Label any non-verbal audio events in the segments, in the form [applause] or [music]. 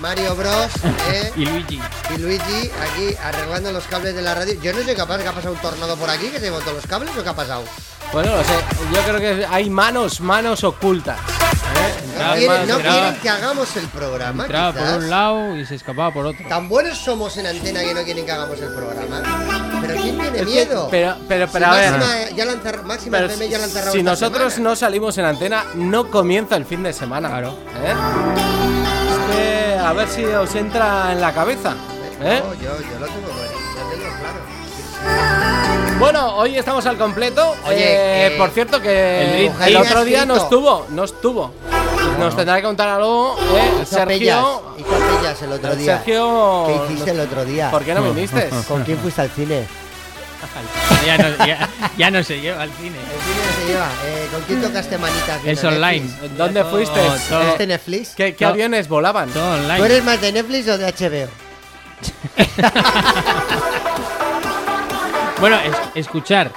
Mario Bros. ¿eh? Y Luigi. y Luigi aquí arreglando los cables de la radio. Yo no sé qué ha pasado, que ha pasado un tornado por aquí, que se botó los cables o qué ha pasado. Bueno, no sé, yo creo que hay manos, manos ocultas. ¿eh? No, Entraba Además, quieren, no era- quieren que hagamos el programa. Entraba quizás. por un lado y se escapaba por otro. Tan buenos somos en antena que no quieren que hagamos el programa. Pero ¿quién tiene Es que- miedo? pero- pero- Si pero, a ver. Máxima, ya la han cerra- Máxima Pero FM ya la han cerrado si esta nosotros semana. no salimos en antena, no comienza el fin de semana. Claro. ¿eh? Es que a ver si os entra en la cabeza. ¿eh? No, yo, yo lo tengo claro. Yo tengo claro. Bueno, hoy estamos al completo. Oye, Eh, que- por cierto, que El el, Ritz- otro día Escrito. no estuvo, no estuvo. Nos tendrá que contar algo eh, Hizo Sergio. pellas, hizo pellas el otro día. Sergio, ¿Qué hiciste el otro día? ¿por qué no [laughs] viniste? ¿Con quién fuiste al cine? Ya no, ya- ya no se lleva al cine. El cine no se lleva. Eh, ¿Con quién tocaste manitas? Es viendo online. Netflix? ¿Dónde Todo- fuiste? Todo, ¿Este Netflix? ¿Qué, qué No. aviones volaban? todo ¿Tú online. eres más de Netflix o de HBO? Bueno, es- escuchar.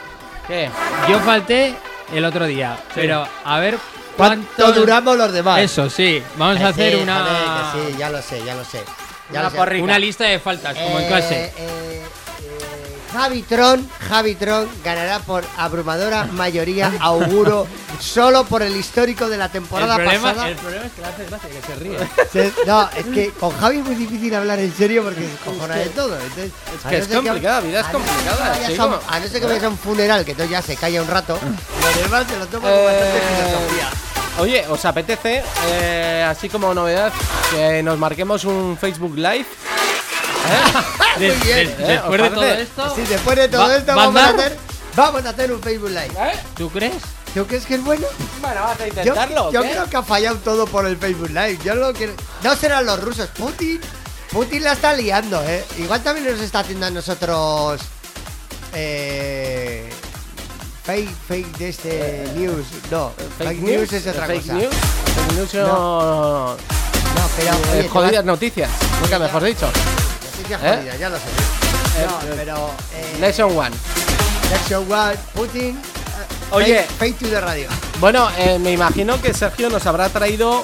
¿Qué? Yo falté el otro día, pero a ver ¿Cuánto cuánto duramos los demás? Eso sí, vamos Que a hacer sí, una joder, que sí, ya lo sé, ya lo sé. Ya Una lo sé. porrita. una lista de faltas como en clase. Eh, eh, eh, Javi Tron, Javi Tron ganará por abrumadora [laughs] mayoría, auguro, solo por el histórico de la El temporada problema, pasada. el problema es que le hace gracia que se ríe. [laughs] Se- No, es que con Javi es muy difícil hablar en serio porque se cojona de todo. Entonces, a que no es ser complicada, vida es a no ser que complicada, vayas chico. a un- A no ser que vayas a un funeral, que entonces ya se calla un rato, los demás se lo toman con bastante Mm. Eh, filosofía. Oye, ¿os apetece, eh, así como novedad, que nos marquemos un Facebook Live? Des- Ah, Muy bien, des- ¿eh? ¿Os después de todo parece? esto, Sí, después de todo Va- esto ¿va vamos a a, andar? hacer, vamos a hacer un Facebook Live. ¿tú crees? ¿Tú crees que es ¿Eh? bueno? Bueno, vas Yo, a intentarlo. yo ¿o qué? creo que ha fallado todo por el Facebook Live. Yo lo quiero. No serán los rusos. Putin. Putin la está liando, eh. Igual también nos está haciendo a nosotros. Eh. Fake, fake de este news. No, fake, news, es otra Eh, fake cosa. News, fake news no, No, pero. eh, oye, te jodidas noticias, nunca mejor dicho. vas- noticias ¿eh? jodidas, ya lo sé. Eh, No, eh, pero. Eh, Lesson One. Election One, Putin. eh, Oye. Fake, fake to the radio. Bueno, eh, me imagino que Sergio nos habrá traído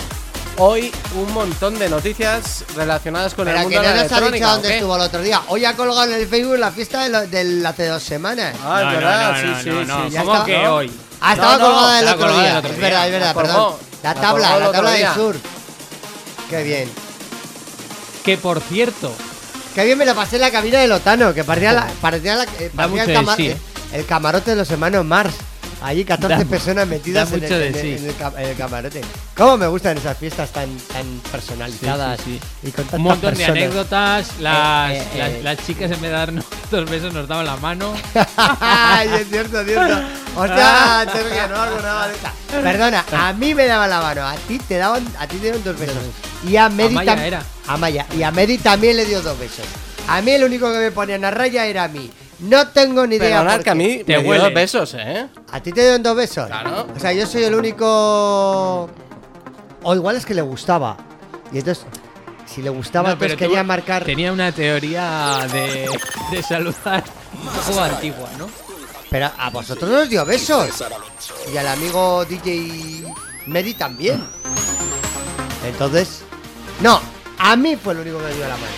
hoy un montón de noticias relacionadas con el Pero que mundo de no la nos ha dicho electrónica. ¿o dónde qué? estuvo el otro día. Hoy ha colgado en el Facebook la fiesta de, lo- del- hace dos semanas. Ah, No, es no, verdad, no, sí, no, sí, no, no. sí. Ya ¿Cómo está. que No. hoy? Ah, estaba No, no, colgada el estaba otro colgada día. el otro es día. verdad, es verdad, La perdón. colgó. La La tabla, colgó el la otro tabla del día. sur. Qué bien. Que por cierto, Qué bien me la pasé en la cabina de Lotano, que parecía, la, parecía, la- eh, parecía Da el, mucho de cama- sí, eh, ¿eh? el camarote de los hermanos Mars. Allí 14 Da- personas metidas da en, el, mucho de en el- sí. en el ca- en el camarote. ¿Cómo me gustan esas fiestas tan, tan personalizadas Sí, sí, y con tantas un montón de personas? anécdotas, las, Eh, eh, las, eh. las chicas en vez de darnos [laughs] dos besos nos daban la mano. Ay, es cierto, es cierto. Hostia, Sergio, no hago nada de esa. Perdona, a mí me daban la mano, a ti te daban, a ti te dieron dos besos. Y a Medi Amaya tam- era. Amaya. y a Medi también le dio dos besos. A mí el único que me ponían a raya era a mí. No tengo ni idea. Perdonad por que a qué. mí Te me dio huele. dos besos, ¿eh? ¿A ti te dieron dos besos? Claro. O sea, yo soy el único. O igual es que le gustaba. Y entonces, si le gustaba, No, entonces pero tú pues, quería marcar. Tenía una teoría de, de saludar un poco antigua, ¿no? Pero a vosotros os dio besos. Y al amigo DJ Medi también. Entonces. No, a mí fue el único que me dio la mano.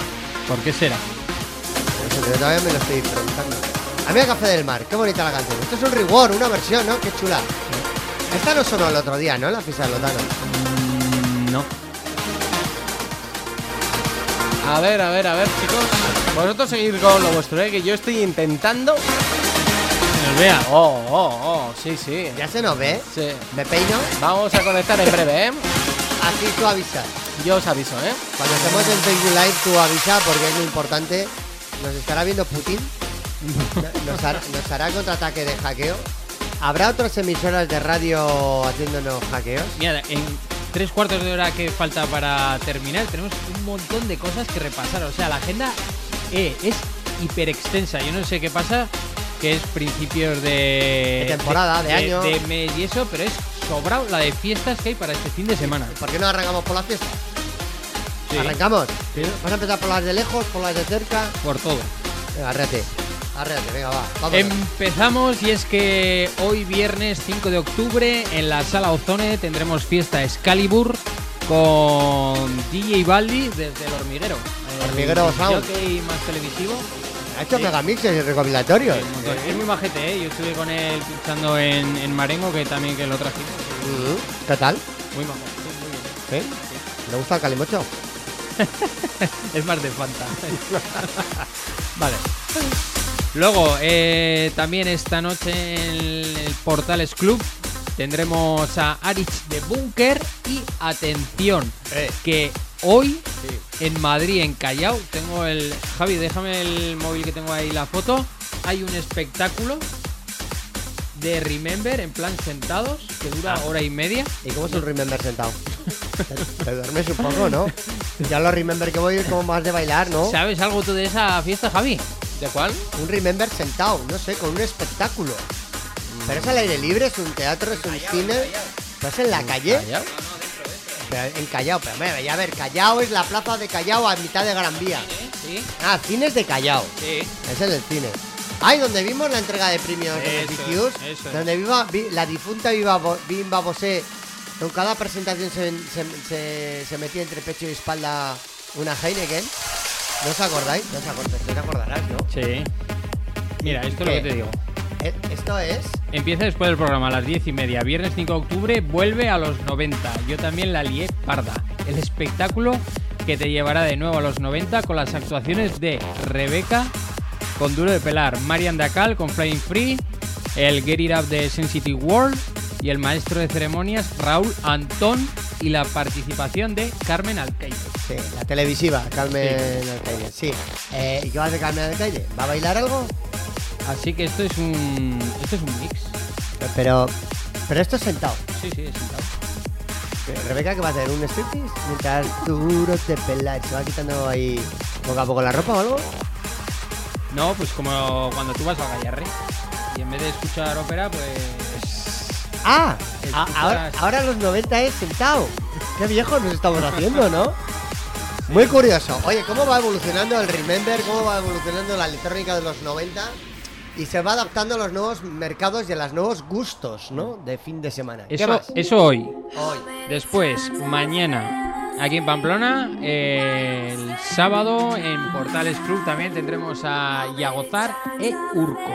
¿Por qué será? Por eso, Pero todavía me lo estoy preguntando. A mí el Café del Mar, qué bonita la canción. Esto es un reward, una versión, ¿no? Qué chula. Esta no sonó el otro día, ¿no? La fiesta de Lotano. Mm, No. A ver, a ver, a ver, chicos. Vosotros seguid con lo vuestro, ¿eh? Que yo estoy intentando. Que nos vea. Oh, oh, oh, sí, sí. Ya se nos ve. Sí. Me peino, Vamos a conectar en breve, ¿eh? así tú avisas. Yo os aviso, ¿eh? Cuando estemos en Facebook Live, tú avisa porque es muy importante. Nos estará viendo [laughs] Putin. No- Nos hará, nos hará contraataque de hackeo. ¿Habrá otras emisoras de radio haciéndonos hackeos? Mira, en tres cuartos de hora que falta para terminar, tenemos un montón de cosas que repasar. O sea, la agenda eh, es hiper extensa. Yo no sé qué pasa, que es principios de, De temporada, de año. de mes y eso, pero es sobrado la de fiestas que hay para este fin de semana. ¿Por qué no arrancamos por las fiestas? Sí. ¿Arrancamos? Sí. Vamos a empezar por las de lejos, por las de cerca. Por todo. Venga, arréate. Arréate, venga, va. Vamos. Em- Empezamos y es que hoy viernes 5 de octubre en la sala Ozone tendremos fiesta Excalibur con DJ Baldi desde el hormiguero. el Hormiguero Sound. jockey más televisivo. Ha hecho Sí. megamixes y recopilatorios. Un montón. Es muy majete, ¿eh? Yo estuve con él pinchando en, en Marengo, que también que lo trajimos. Ujú. ¿Qué tal? Muy majete, sí, muy bien. ¿Sí? ¿Le gusta el calimocho? Es más de Fanta. [laughs] vale. Luego, eh, también esta noche en el Portales Club tendremos a Arich de Bunker y atención, Eh. que hoy en Madrid, en Callao, tengo el... Javi, déjame el móvil que tengo ahí la foto. Hay un espectáculo de Remember en plan sentados que dura Ah. hora y media. ¿Y cómo es un remember sentado? Te, te duermes un poco, ¿no? Ya lo remember que voy como más de bailar, ¿no? ¿Sabes algo tú de esa fiesta, Javi? ¿De cuál? Un remember sentado, no sé, con un espectáculo. Pero es al aire libre, es un teatro, es un cine. ¿Pero es en la calle? Callao. Pero en Callao, pero mira, ya a ver, Callao es la plaza de Callao a mitad de Gran Vía. Sí, Ah, cines de Callao. sí. Es en el cine. Ay, donde vimos la entrega de premios de Eso Repitius, es, eso es. donde viva, vi- la difunta viva Bo- Bimba Bosé, con cada presentación se, se- se- se metía entre pecho y espalda una Heineken. ¿No os acordáis? No os acordáis, no te acordarás, ¿no? Sí. Mira, esto es lo que ¿Qué? te digo. Eh, Esto es. Empieza después del programa a las 10 y media. Viernes 5 de octubre vuelve a los 90. Yo también la lié parda. El espectáculo que te llevará de nuevo a los 90 con las actuaciones de Rebeca con Duro de Pelar, Marian Dacal con Flying Free, el Get It Up de Sensitive World y el maestro de ceremonias Raúl Antón y la participación de Carmen Alcaide. Sí, la televisiva, Carmen Alcaide. Sí. Eh, ¿Y qué va a hacer Carmen Alcaide? ¿Va a bailar algo? Así que esto es un esto es un mix. Pero. Pero esto es sentado. Sí, sí, es un caos. Pero, Rebeca, ¿qué va a hacer? ¿Un striptease? Mientras duro te pelar. ¿Se va quitando ahí poco a poco la ropa o algo? No, pues como cuando tú vas a Gallarre y en vez de escuchar ópera, pues. ¡Ah! Escuchas- a- ahora, ahora los 90 es sentado. Qué viejos nos estamos haciendo, ¿no? Muy curioso. Oye, ¿cómo va evolucionando el Remember? ¿Cómo va evolucionando la electrónica de los 90? Y se va adaptando a los nuevos mercados y a los nuevos gustos, ¿no? De fin de semana. ¿Qué Eso, más? eso hoy. Hoy. Después, mañana, aquí en Pamplona, eh, el sábado en Portales Club también tendremos a Yagozar e Urco.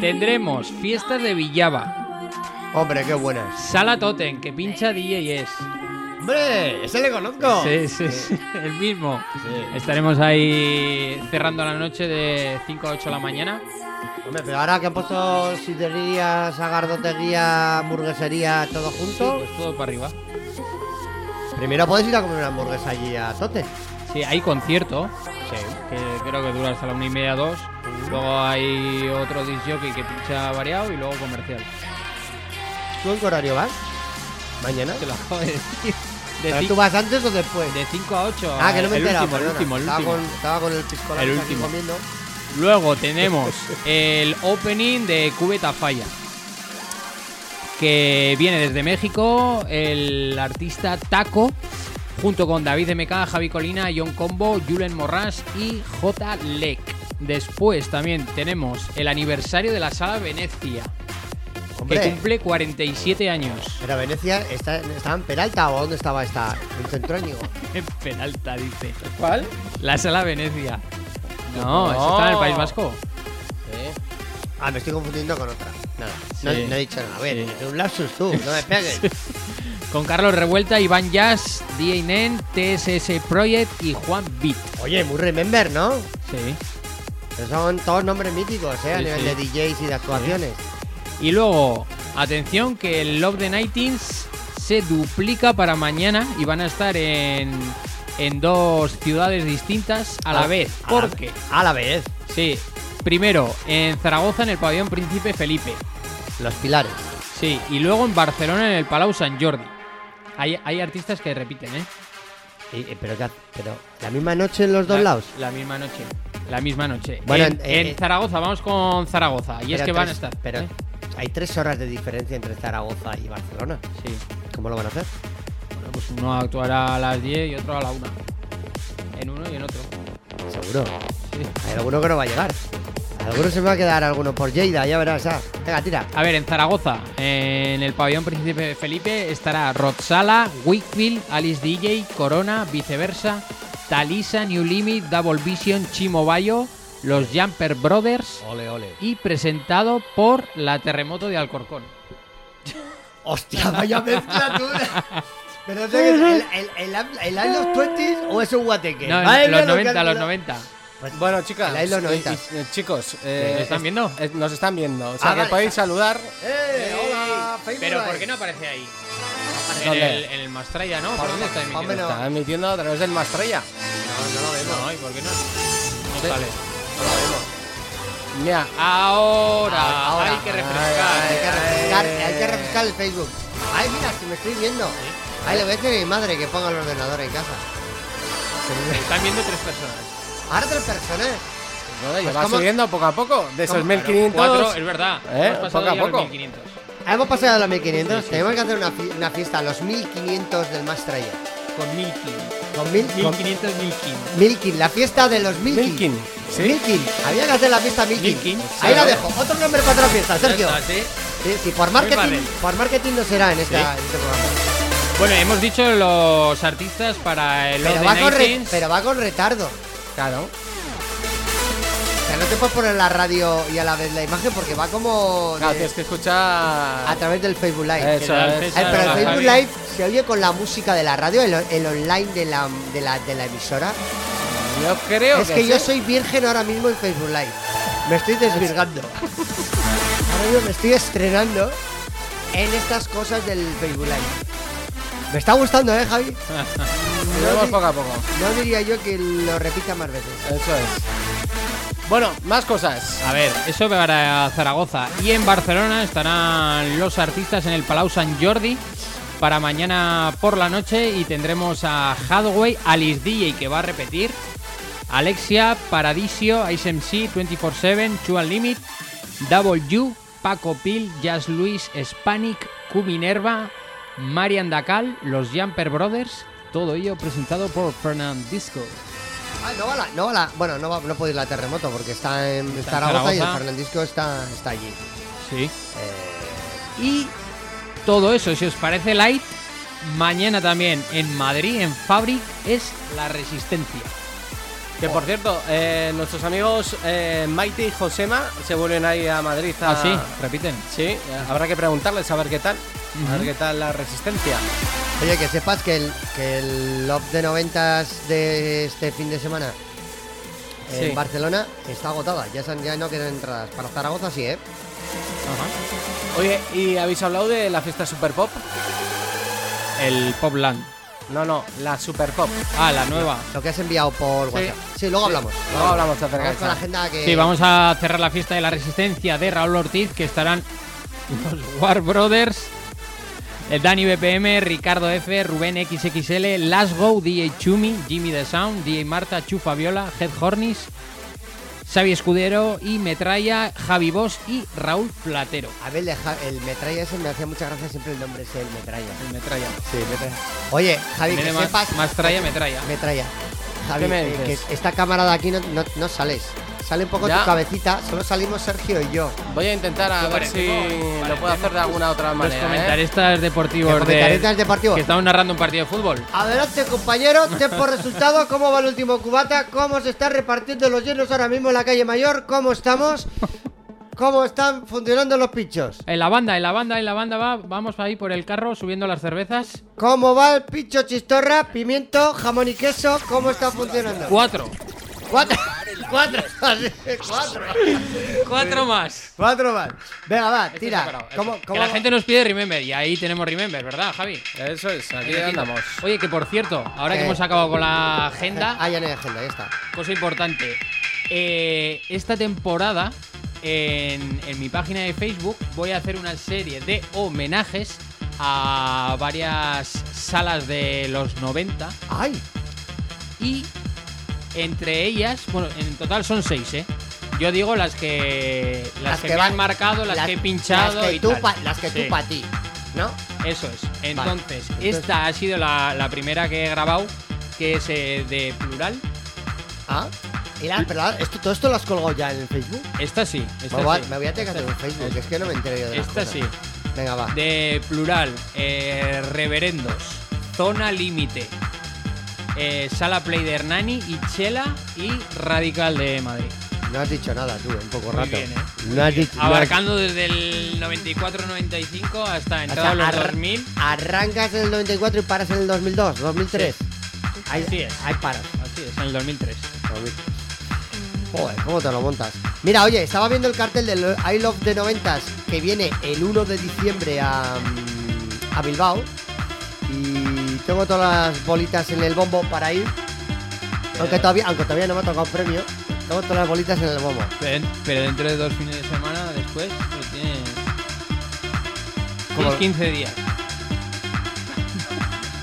Tendremos fiestas de Villava, Hombre, qué buenas. Sala Totem, que pincha DJ es. ¡Hombre! ¡Ese le conozco! Sí, sí, sí, [laughs] el mismo. Estaremos ahí cerrando la noche de 5 a 8 de la mañana. Hombre, pero ahora que han puesto sidrería, sagardotería, hamburguesería, todo junto. Pues todo para arriba. pues. Primero puedes ir a comer una hamburguesa allí a Tote. Sí, hay concierto, Sí. que creo que dura hasta la una y media, dos. Luego hay otro disc jockey que pincha variado y luego comercial. [laughs] ¿Tú en qué horario vas? ¿Mañana? Te lo acabo de decir. De, ¿Pero cin- ¿Tú vas antes o después? de cinco a ocho. Ah, que no me he el enterado, último, el perdona. último, el estaba, último. Con, estaba con el pisco El aquí último. comiendo. Luego tenemos [laughs] el opening de Cubeta Falla. Que viene desde México el artista Taco, junto con David MK, Javi Colina, John Combo, Julen Morras y J. Leck. Después también tenemos el aniversario de la Sala Venecia, que Hombre, cumple 47 años. pero Venecia está, estaba en Peralta o dónde estaba esta? En Centrónigo. En [laughs] Penalta, dice. ¿Cuál? La Sala Venecia. No, eso No. está en el País Vasco. Ah, me estoy confundiendo con otra. Nada, no, Sí. no he dicho nada. Oye, Sí. un lapsus tú, no me [laughs] pegues. Con Carlos Revuelta, Iván Jazz, DJ Nen, TSS Project y Juan Beat. Oye, muy remember, ¿no? Sí. Pero son todos nombres míticos, ¿eh? A Sí, nivel sí. de DJs y de actuaciones. Y luego, atención que el Love the Nightings se duplica para mañana y van a estar en, en dos ciudades distintas a Ah, la vez. a la- Porque, A la vez, sí, primero en Zaragoza en el pabellón Príncipe Felipe. los pilares. Sí, y luego en Barcelona en el Palau Sant Jordi. Hay, hay artistas que repiten, ¿eh? Y- y- pero, ¿qué hace? pero la misma noche en los dos La- lados. La misma noche. La misma noche. Bueno, en, eh, en eh. Zaragoza, vamos con Zaragoza. Y es Pero que van a tres- estar. Pero ¿eh? hay tres horas de diferencia entre Zaragoza y Barcelona. Sí. ¿Cómo lo van a hacer? Bueno, pues uno actuará a las 10 y otro a la 1. En uno y en otro. Seguro. Sí. Hay alguno que no va a llegar. Alguno se me va a quedar alguno por Lleida, ya verás. ah. Venga, tira. A ver, en Zaragoza, eh, en el pabellón Príncipe Felipe, estará Roxala, Wakefield, Alice DJ, Corona, viceversa, Talisa, New Limit, Double Vision, Chimo Bayo, los Jumper Brothers Ole, ole. y presentado por la Terremoto de Alcorcón. Hostia, [laughs] vaya mezcla tú. Pero sé que es el, el, el, el, el Isle of 20 o es un guateque. No, Madre mía, los lo que 90, has los tirado. 90. Pues, Bueno, chicas, El Isle of eh, 90. eh, eh, chicos, eh, ¿Nos están es- viendo? eh, nos están viendo. O sea, Ah, que vale. podéis saludar. ¡Eh! ¡Hola! Facebook Pero Live. ¿por qué no aparece ahí? En ¿Dónde? el, en el Mastraya, ¿no? ¿Por Hombre, dónde está hombre, emitiendo? no. Está emitiendo a través del Mastrella. No, no lo vemos. No, ¿y por qué no? No sale. Mira, Ahora, Ah, ahora. hay que Hay refrescar. que refrescar, hay que refrescar el Facebook. Ay, mira, si me estoy viendo. Ay, le voy a decir a mi madre que ponga el ordenador en casa. Están viendo tres personas. Ahora tres personas. bueno, ya Pues va ¿cómo- subiendo poco a poco. De esos ¿cómo? 1500. Cuatro, es verdad. Eh, Hemos pasado poco a ya los poco. 1500. Hemos pasado a los 1500. Tenemos que hacer una, fi- una fiesta a los 1500 del más traído. Con 1500. Con mil, con 1500, 1500. Milkin, la fiesta de los Milkin. Milking, ¿sí? Milking. Había que hacer la fiesta Milkin. Milking, Ahí la claro. dejo. Otro nombre para otra fiesta, Sergio. Ya está, ¿sí? Sí, sí, por marketing, fácil. por marketing no será en, esta- en este programa. Bueno, hemos dicho los artistas para el Pero Love va, the con re- 19s. pero va con retardo. Claro. O sea, no te puedes poner la radio y a la vez la imagen porque va como de- Claro, tienes que escuchar. a través del Facebook Live. Eso General es. Ay, César, pero ¿eh? el Javi. Facebook Live se oye con la música de la radio, el, el online de la, de la, de la emisora. Yo creo es que yo sí. soy virgen ahora mismo en Facebook Live. Me estoy desvirgando. ahora mismo me estoy estrenando en estas cosas del Facebook Live. Me está gustando, ¿eh, Javi? Lo vemos poco a poco. No diría yo que lo repita más veces. Eso es. Bueno, más cosas. A ver, eso para Zaragoza. Y en Barcelona estarán los artistas en el Palau San Jordi para mañana por la noche y tendremos a Hadway, Alice DJ que va a repetir, Alexia, Paradiso, Ice MC, 24-7, Chuan Limit, Double U, Paco Pil, Jazz Luis, Hispanic, Q Minerva, Marian Dacal, los Jumper Brothers, todo ello presentado por Fernand Disco. Ah, no va la, no va la- bueno, no, va, no puede ir la terremoto porque está en Está en Zaragoza y el Zaragoza. Fernandisco está, está allí. Sí. Eh, Y todo eso, si os parece light, mañana también en Madrid, en Fabric, es la resistencia. Que por cierto, eh, nuestros amigos eh, Maite y Josema se vuelven ahí a Madrid. A... Ah, sí, repiten. Sí, eh, habrá que preguntarles a ver qué tal. A ver qué tal la resistencia. oye, que sepas que el, que el Love de 90 de este fin de semana en Sí. Barcelona está agotada. Ya, se han- ya no quedan entradas. Para Zaragoza sí, ¿eh? Oye, ¿y habéis hablado de la fiesta Super Pop? El Popland. No, no, la Super Pop. Ah, la nueva. Lo que has enviado por WhatsApp. Sí, luego hablamos. Luego hablamos acerca de Vamos con la eso. agenda que... Sí, vamos a cerrar la fiesta de la resistencia de Raúl Ortiz, que estarán los [laughs] War Brothers, el Dani BPM, Ricardo F, Rubén XXL, Lasgo, DJ Chumi, Jimmy The Sound, DJ Marta, Chufa Viola, Head Hornis, Xavi Escudero y Metralla, Javi Bosch y Raúl Platero. A ver, el Ja- el metralla ese me hacía muchas gracias siempre el nombre ese, el metralla. El metralla. Sí, metralla. Oye, Javi, En que vez de sepas... más, más traya, me traya. Metralla. Javi, ¿Qué me eh, dices? que esta cámara de aquí no, no- no sales. Sale un poco Ya. tu cabecita, solo salimos Sergio y yo. Voy a intentar a ver si parecemos- lo puedo hacer de alguna otra Los manera. ¿eh? comentaristas deportivos Los comentaristas de- deportivos. que estamos narrando un partido de fútbol. Adelante, compañero, tiempo resultado, cómo va el último cubata, cómo se están repartiendo los llenos ahora mismo en la calle mayor, cómo estamos, cómo están funcionando los pinchos. En la banda, en la banda, en la banda va, vamos ahí por el carro subiendo las cervezas. ¿Cómo va el pincho chistorra, pimiento, jamón y queso? ¿Cómo está funcionando? Cuatro. Cuatro. Cuatro. Cuatro. Cuatro más. Cuatro más. Venga, va, Este se ha tira. parado, este. ¿Cómo, Que cómo la va? gente nos pide Remember y ahí tenemos Remember, ¿verdad, Javi? Eso es, aquí Repito. andamos. Oye, que por cierto, ahora Eh. que hemos acabado con la agenda, Ah, ya no hay agenda, ya está. Cosa importante. eh, esta temporada, en, en mi página de Facebook, voy a hacer una serie de homenajes a varias salas de los 90 ¡Ay! y entre ellas, bueno, en total son seis, ¿eh? Yo digo las que las, que, me van- han marcado, las, que he pinchado las que y tú tal. pa- las que Sí. tú para ti, ¿no? Eso es. Entonces, Entonces- esta ha sido la, la primera que he grabado, que es eh, de plural. Ah, Y la- pero la- esto- ¿Todo esto lo has colgado ya en el Facebook? Esta sí, esta me, voy sí. a, me voy a tener que hacer un Facebook, es que no me entero yo de las Esta cosas. sí. Venga, va. De plural, eh, reverendos, zona límite, eh, sala play de Hernani y Chela y Radical de Madrid. No has dicho nada tú, en poco Muy rato. bien, ¿eh? No has dicho no has- Abarcando desde el 94-95 hasta o entrada sea, a los arra- 2000. Arrancas en el 94 y paras en el 2002, 2003. Sí. Ahí, Así es. ahí paras. Así es, en el 2003. Joder, ¿cómo te lo montas? Mira, oye, estaba viendo el cartel del I Love de 90 que viene el 1 de diciembre a, mm, a Bilbao. Y tengo todas las bolitas en el bombo para ir. Aunque todavía, aunque todavía no me ha tocado premio, tengo todas las bolitas en el bombo. Pero, pero dentro de dos fines de semana después pues lo tienes. ¿Cómo? Tienes 15 días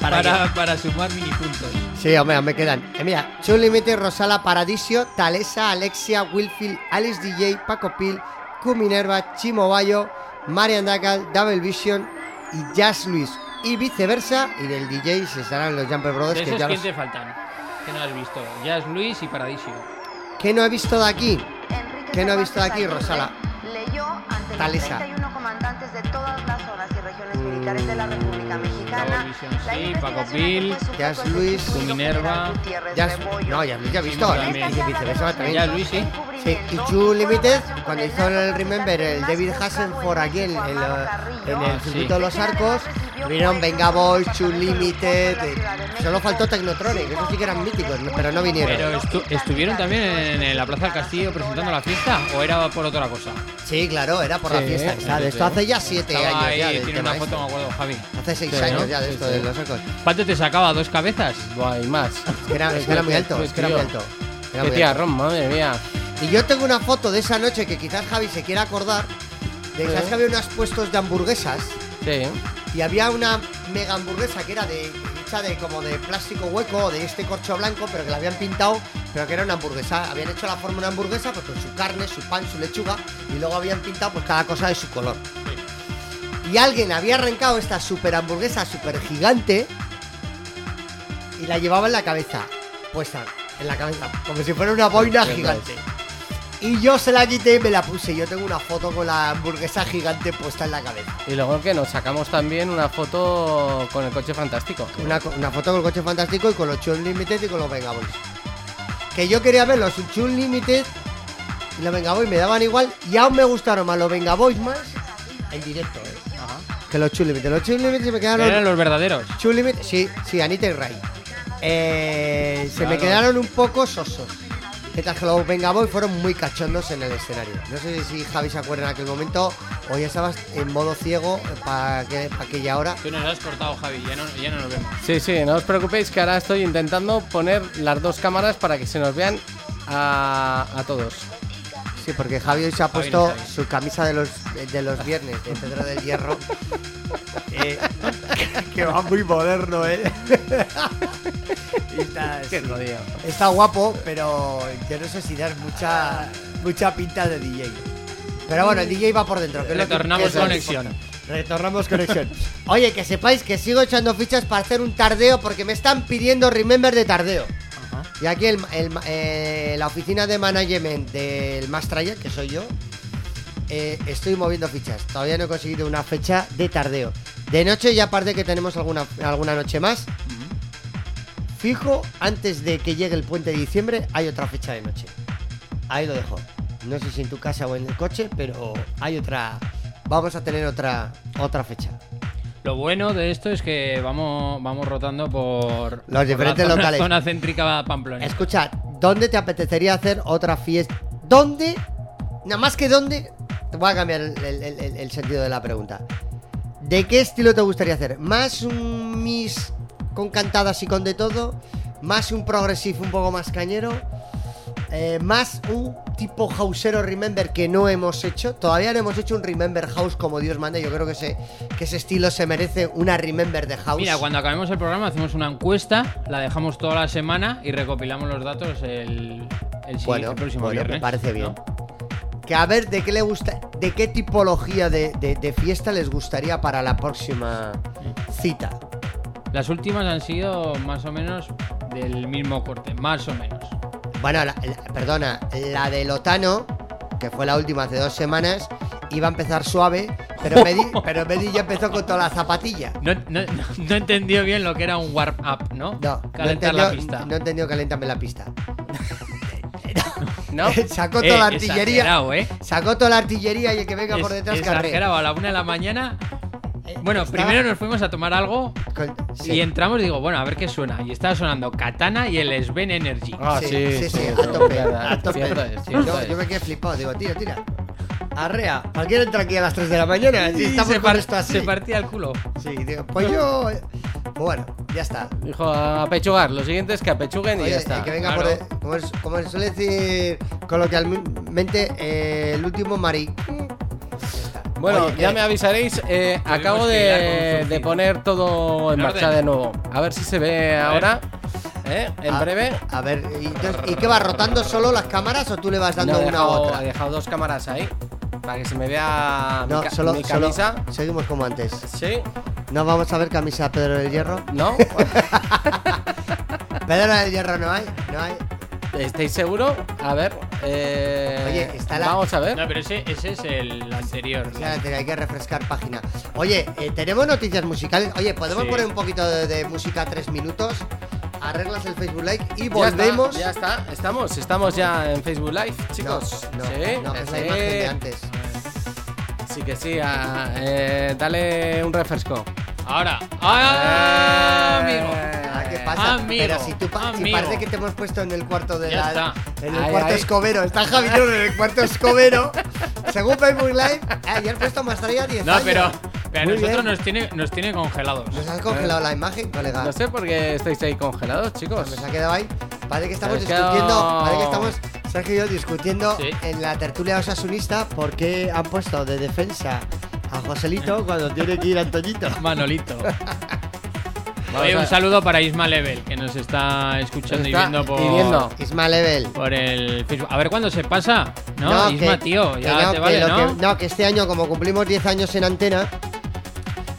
¿Para para, para, sumar mini puntos. Sí, hombre, me quedan. Eh, mira, Chun Límite, Rosala, Paradisio, Talesa, Alexia, Wilfield, Alice DJ, Paco Pil, Q Minerva, Chimo Bayo, Marian Dacal, Double Vision y Jazz Luis. Y viceversa, y del DJ se estarán los Jumper Brothers, de que esos, ya ¿quién los- te faltan? Que no has visto. Jazz Luis y Paradiso. ¿Qué no he visto de aquí? ¿Qué no he visto de aquí, Rosala? Leyó ante Talesa. los 31 comandantes de todas las zonas y regiones Mm. militares de la República Double Mexicana. Vision, La sí, investigación Paco a que Bill, fue sujeto Jazz el Luis, sustituto Minerva, general Gutiérrez Jazz- Rebollo. no, ya, ya he visto, Simón ¿eh? también. Y viceversa también. Ya, Luis, sí. Sí, y Chu Limited, cuando hizo el Remember, el David Hasselhoff aquí en, en la- en el Ah, sí. circuito de los arcos, vinieron Venga Boys, Chu Limited, eh, solo faltó Technotronic, esos sí que eran míticos, no- pero no vinieron. Pero estu- estuvieron también en, en la Plaza del Castillo presentando la fiesta o era por otra cosa. Sí, claro, era por la Sí, fiesta, sí, ¿sabes? Esto sí. hace ya siete Estaba años ahí, ya del tiene tema una foto, este. me acuerdo, Javi. Hace seis Sí, años ¿no? ya de Sí, esto sí. de los arcos. ¿Cuánto te sacaba? ¿Dos cabezas? Buah, hay [laughs] más. Es que era, es que era muy alto, es que era muy alto. era Qué muy alto. tiarrón, madre mía. Y yo tengo una foto de esa noche que quizás Javi se quiera acordar, de Sí. esas que había unos puestos de hamburguesas Sí. y había una mega hamburguesa que era de hecha de como de plástico hueco, de este corcho blanco, pero que la habían pintado, pero que era una hamburguesa. Habían hecho la forma de una hamburguesa pues, con su carne, su pan, su lechuga y luego habían pintado pues cada cosa de su color. Y alguien había arrancado esta super hamburguesa super gigante y la llevaba en la cabeza, puesta en la cabeza, como si fuera una boina Qué gigante. Y yo se la quité y me la puse. Yo tengo una foto con la hamburguesa gigante puesta en la cabeza. Y luego que nos sacamos también una foto con el coche fantástico. Una, co- una foto con el coche fantástico y con los Chun Limited y con los Vengaboys. Que yo quería ver los Chun Limited y los Vengaboys me daban igual y aún me gustaron más los Vengaboys más en directo, ¿eh? Que los Chun Limited. Los Chun Limited se me quedaron. Eran los verdaderos. Chun Limited, sí, sí, Anita y Ray. Eh, se me Claro. quedaron un poco sosos. Mientras que los Vengaboys fueron muy cachondos en el escenario. No sé si Javi se acuerda en aquel momento o ya estabas en modo ciego para aquella hora. Tú nos has cortado, Javi, ya no, ya no nos vemos. Sí, sí, no os preocupéis que ahora estoy intentando poner las dos cámaras para que se nos vean a, a todos. Sí, porque Javi hoy se ha Javi no puesto está bien. su camisa de los, de los viernes, de Pedro del Hierro. [laughs] Eh, [laughs] que va muy moderno, ¿eh? Y está, [laughs] Qué sí. jodido. Está guapo, pero yo no sé si das mucha, mucha pinta de DJ. Pero bueno, el DJ va por dentro. que es lo que- Retornamos que es lo conexión. importante. Retornamos conexión. Oye, que sepáis que sigo echando fichas para hacer un tardeo porque me están pidiendo remember de tardeo. Y aquí el- el- eh, la oficina de management del Mastrayer, que soy yo, eh, estoy moviendo fichas. Todavía no he conseguido una fecha de tardeo. De noche ya aparte que tenemos alguna, alguna noche más. Fijo, antes de que llegue el puente de diciembre hay otra fecha de noche. Ahí lo dejo. No sé si en tu casa o en el coche, pero hay otra... Vamos a tener otra, otra fecha. Lo bueno de esto es que vamos, vamos rotando por Los diferentes por la zona- locales. Zona céntrica Pamplona. Escuchad, ¿dónde te apetecería hacer otra fiesta? ¿Dónde? Nada más que dónde. Te voy a cambiar el, el- el- el- el sentido de la pregunta. ¿De qué estilo te gustaría hacer? ¿Más un mis con cantadas y con de todo? ¿Más un progresivo un poco más cañero? Eh, ¿Más un tipo houseero remember que no hemos hecho? Todavía no hemos hecho un remember house como Dios manda. Yo creo que ese, que ese estilo se merece una remember de house. Mira, cuando acabemos el programa hacemos una encuesta, la dejamos toda la semana y recopilamos los datos el, el siguiente- Bueno, el próximo bueno, viernes. me parece bien. ¿no? Que a ver de qué le gusta, de qué tipología de, de- de fiesta les gustaría para la próxima cita. Las últimas han sido más o menos del mismo corte, más o menos. Bueno, la- la- perdona, la de Lotano, que fue la última hace dos semanas, iba a empezar suave, pero Medi, pero Medi ya empezó con toda la zapatilla. No, no, no- no entendió bien lo que era un warm up, ¿no? No, Calentar no la entendió- pista. No entendió calentarme la pista. [laughs] ¿No? sacó toda la Eh, artillería. exagerado, ¿eh? Sacó toda la artillería y el que venga por Es- detrás carré. exagerado, a la una de la mañana. Bueno, Estaba- primero nos fuimos a tomar algo Con- sí. y entramos y digo, bueno, a ver qué suena. Y estaba sonando Katana y el Sven Energy. Ah, sí, sí, sí, sí, a sí, tope, verdad, a tope. cierto es, Yo- cierto yo, es. me quedé flipado, digo, tira, tira. Arrea, cualquiera entra aquí a las 3 de la mañana, si Y estamos se, con par- esto así. se partía el culo. Sí, digo, pues yo... Bueno, ya está. Dijo a pechugar. Lo siguiente es que apechuguen y Oye, ya el está. que venga claro. por de- como, es- como se suele decir coloquialmente, eh, el último marí. Ya está. Bueno, Oye, eh, ya que- me avisaréis. eh, acabo que hilar con un de, zurcido. de poner todo en En marcha orden. de nuevo. A ver si se ve A ver. ahora. ¿eh? En a- breve. A ver, y, entonces, ¿y qué va rotando solo las cámaras o tú le vas dando No, he una dejado, a otra? he dejado dos cámaras ahí. Para que se me vea mi, No, ca- solo, mi solo- camisa. seguimos como antes. Sí. No vamos a ver camisa Pedro del Hierro. ¿No? [laughs] Pedro del Hierro no hay, no hay. ¿Estáis seguros? A ver. eh, Oye, está la- Vamos a ver. No, pero ese, ese es el anterior. O sea, te- hay que refrescar página. Oye, eh, tenemos noticias musicales. Oye, podemos Sí. poner un poquito de, de música tres minutos. Arreglas el Facebook Like y Ya está, volvemos. Ya está, Estamos, estamos ya en Facebook Live, chicos. No, no, sí, no, es la sí, imagen de antes. Sí que sí. ah, eh, dale un refresco. Ahora. ¡Ah, Eh, amigo! Ah, ¿qué pasa? Amigo, Pero si tú pa- si amigo. parece que te hemos puesto en el cuarto de Ya la. está. En el Ahí, cuarto ahí. escobero. Está Javier en el cuarto escobero. Según Facebook Live, eh, ayer puesto más traía 10 No, años. pero, pero a Muy nosotros bien. nos tiene, nos tiene congelados. Nos has congelado la imagen, colega. No sé por qué estáis ahí congelados, chicos. Nos ha quedado ahí. Parece que estamos Nos discutiendo. quedado- Parece que estamos, Sergio y yo, discutiendo Sí. en la tertulia osasunista por qué han puesto de defensa a Joselito cuando tiene que ir Antoñito. [laughs] Manolito. Vamos Oye, a- un saludo para Isma Level, que nos está escuchando Está y viendo por, y viendo. Isma Level. por el Facebook. A ver cuándo se pasa, ¿no? Isma, que- tío, que ya no, te que vale, lo ¿no? que- no, que este año, como cumplimos 10 años en antena,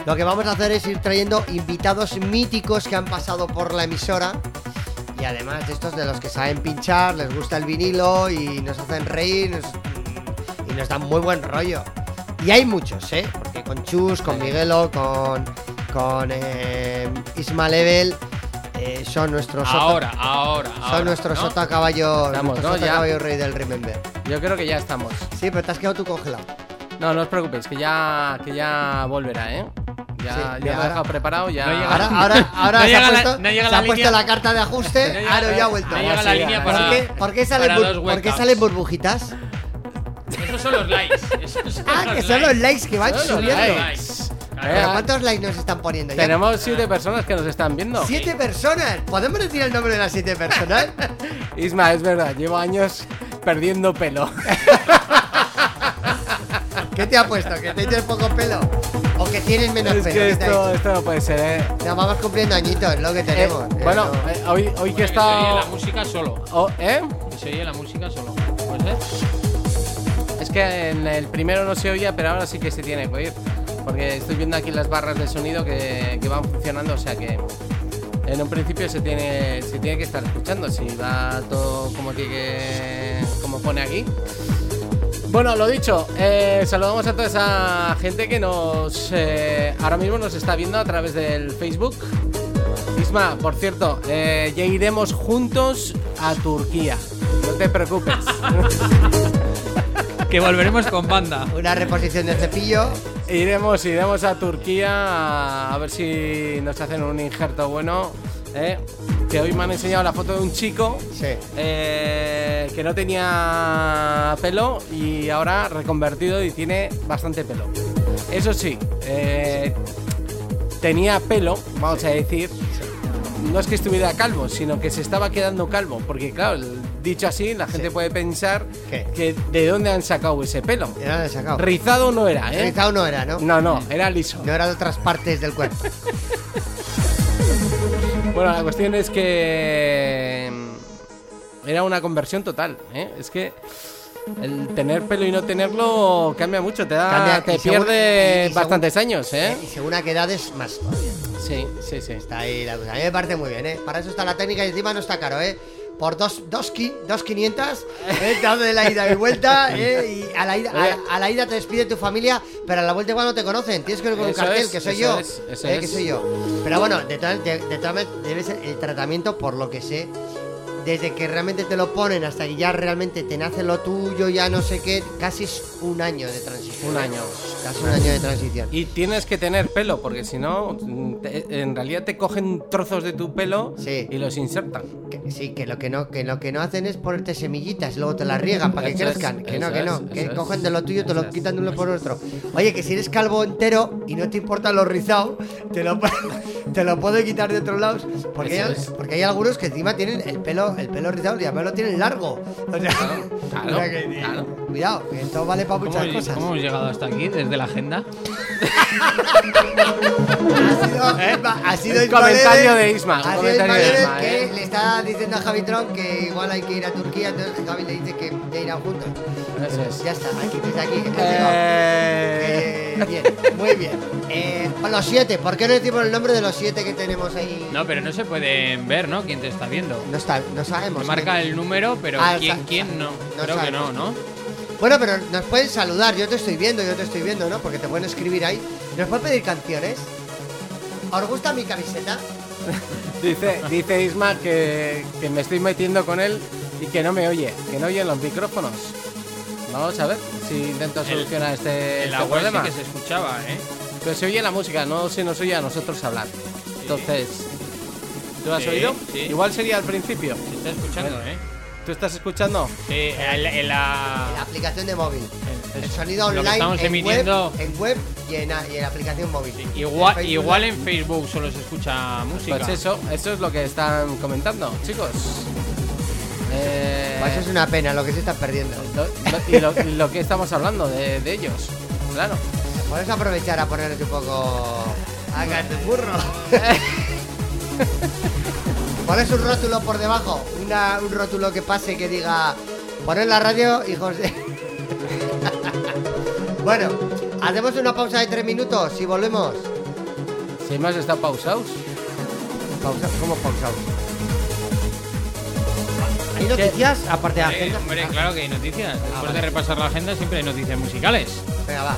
lo que vamos a hacer es ir trayendo invitados míticos que han pasado por la emisora. Y además de estos de los que saben pinchar, les gusta el vinilo y nos hacen reír nos- y nos dan muy buen rollo. Y hay muchos, ¿eh? Porque con Chus, con Miguelo, con, con eh, Isma Level, eh, son nuestros... sota- Ahora, ahora, ahora. Son nuestros ¿no? sota caballo, Estamos, nuestro ¿no? sota Ya. caballo rey del Remember. Yo creo que ya estamos. Sí, pero te has quedado tú congelado. No, no os preocupéis, que ya, que ya volverá, ¿eh? Ya, Sí, ya ya lo ahora- he dejado preparado, ya. No llega- Ahora, [laughs] ahora, ahora No se llega ha la- puesto, no llega se la ha puesto línea. la carta de ajuste. No llega- ahora ya ha vuelto. no llega la Sí, línea ahora para. ¿Por, qué, por qué salen, para bur- dos Ah, por qué webcams. salen burbujitas? Esos son los likes. [laughs] esos son Ah, los que son los likes que van Son los subiendo. likes. Claro. ¿Pero Eh, ¿Cuántos likes nos están poniendo? ya? Tenemos siete personas que nos están viendo. ¡Siete personas! ¿Podemos decir el nombre de las siete personas? [laughs] Isma, es verdad, llevo años perdiendo pelo. [laughs] ¿Qué te ha puesto? ¿Que tienes poco pelo? ¿O que tienes menos es pelo? que ¿Qué te ha esto, dicho? esto no puede ser, ¿eh? No, vamos cumpliendo añitos, es lo que tenemos. Eh, eh, bueno, no. eh, hoy, hoy que he Que se oye la estado. música solo. oh, ¿Eh? Que se oye la música solo. Pues, ¿eh? Es que en el primero no se oía, pero ahora sí que se tiene que oír. Porque estoy viendo aquí las barras de sonido que, que van funcionando, o sea que en un principio se tiene, se tiene que estar escuchando, si va todo como, tiene que, como pone aquí. Bueno, lo dicho, eh, saludamos a toda esa gente que nos eh, ahora mismo nos está viendo a través del Facebook. Isma, por cierto, eh, ya iremos juntos a Turquía. No te preocupes. Que volveremos con banda. eh. Una reposición de cepillo. Iremos, iremos a Turquía a, a ver si nos hacen un injerto bueno. ¿eh? Que hoy me han enseñado la foto de un chico Sí. eh, que no tenía pelo y ahora reconvertido y tiene bastante pelo. Eso sí, eh, tenía pelo, vamos a decir. No es que estuviera calvo, sino que se estaba quedando calvo. Porque claro, el- dicho así, la gente Sí. puede pensar ¿Qué? que de dónde han sacado ese pelo. ¿De dónde has sacado? Rizado no era, ¿eh? Rizado no era, ¿no? No, no, era liso. No era de otras partes del cuerpo. Bueno, la cuestión es que mm, era una conversión total, ¿eh? Es que el tener pelo y no tenerlo cambia mucho, te da, Cambia, y te según- pierde y- y según- bastantes años, ¿eh? Y según a qué edades, más. Sí, sí, sí. Está ahí la cosa. A mí me parece muy bien, ¿eh? Para eso está la técnica y encima no está caro, ¿eh? por dos, dos, qui- dos 500, eh, te hace la ida y [laughs] vuelta, eh, y a la, ida, a, a la ida te despide tu familia, pero a la vuelta igual no te conocen, tienes que ir con un Eso cartel, es, que soy yo, eso es, eso eh, que es. soy yo. Pero bueno, de todas de, de todas maneras, debe ser el tratamiento, por lo que sé, desde que realmente te lo ponen hasta que ya realmente te nace lo tuyo, ya no sé qué, casi es un año de transición. Un año. Casi un año de transición. Y tienes que tener pelo, porque si no, mm, te- en realidad te cogen trozos de tu pelo Sí. y los insertan. Que- sí, que lo que no, que lo que no hacen es ponerte semillitas, luego te las riegan para que Eso es, crezcan. que no, eso que no, es, que eso es. cogen de lo tuyo, te Eso lo es. quitan de uno por otro. Oye, que si eres calvo entero y no te importa lo rizado, te lo, pon- [laughs] te lo puedo quitar de otros lados. Porque Eso hay, es. porque hay algunos que encima tienen el pelo, el pelo rizado y además lo tienen largo. O sea, Claro, [laughs] claro, o sea que, eh, claro. cuidado, que esto vale para ¿Cómo, muchas he- cosas. cómo hemos llegado hasta aquí? ¿Desde la agenda? Ha sido, ha sido Un Ismael comentario Eder- de Isma, un ha sido comentario de Ismael Eder Isma, que ¿eh? le está diciendo a Javi Tron que igual hay que ir a Turquía, entonces Javi le dice que ya irán juntos. Eso es. Ya está, aquí desde aquí. hemos llegado. Eh, Eh, bien, muy bien. Eh, los siete, ¿por qué no decimos el nombre de los siete que tenemos ahí? No, pero no se pueden ver, ¿no? ¿Quién te está viendo? No está, no sabemos. ¿eh? Se marca el número, pero Pues Ah, sa- ¿quién, sa- quién no? no Creo que no, sabemos. ¿no? Bueno, pero nos pueden saludar, yo te estoy viendo, yo te estoy viendo, ¿no? Porque te pueden escribir ahí. ¿Nos pueden pedir canciones? ¿Os gusta mi camiseta? dice, dice Isma que, que me estoy metiendo con él y que no me oye, que no oye los micrófonos. Vamos a ver si intento solucionar este, En la este web sí problema. que se escuchaba, ¿eh? Pero se oye la música, no se nos oye a nosotros hablar. Entonces, ¿tú has Sí, oído? sí. Igual sería al principio. Se está escuchando, ¿eh? ¿Tú estás escuchando? Eh, en la- en La la... aplicación de móvil. en- El sonido lo que online estamos en, emitiendo- web, en web y en, a- y en aplicación móvil. Igual, Facebook igual Live. en Facebook solo se escucha música. Pues eso, eso es lo que están comentando, chicos. Eh, Pues eso es una pena lo que se está perdiendo. lo- lo- y, lo, y lo que estamos hablando de, de ellos, claro. Podemos aprovechar a ponerles un poco. Hágate [laughs] burro. Pones un rótulo por debajo, una- un rótulo que pase que diga poner la radio, hijos de. [laughs] bueno, hacemos una pausa de tres minutos y volvemos. Si más están pausados. Pausa, ¿Cómo pausamos? ¿Hay noticias? Aparte de la Eh, agenda. hombre, claro que hay noticias. Después vale. de repasar la agenda siempre hay noticias musicales. Venga, va.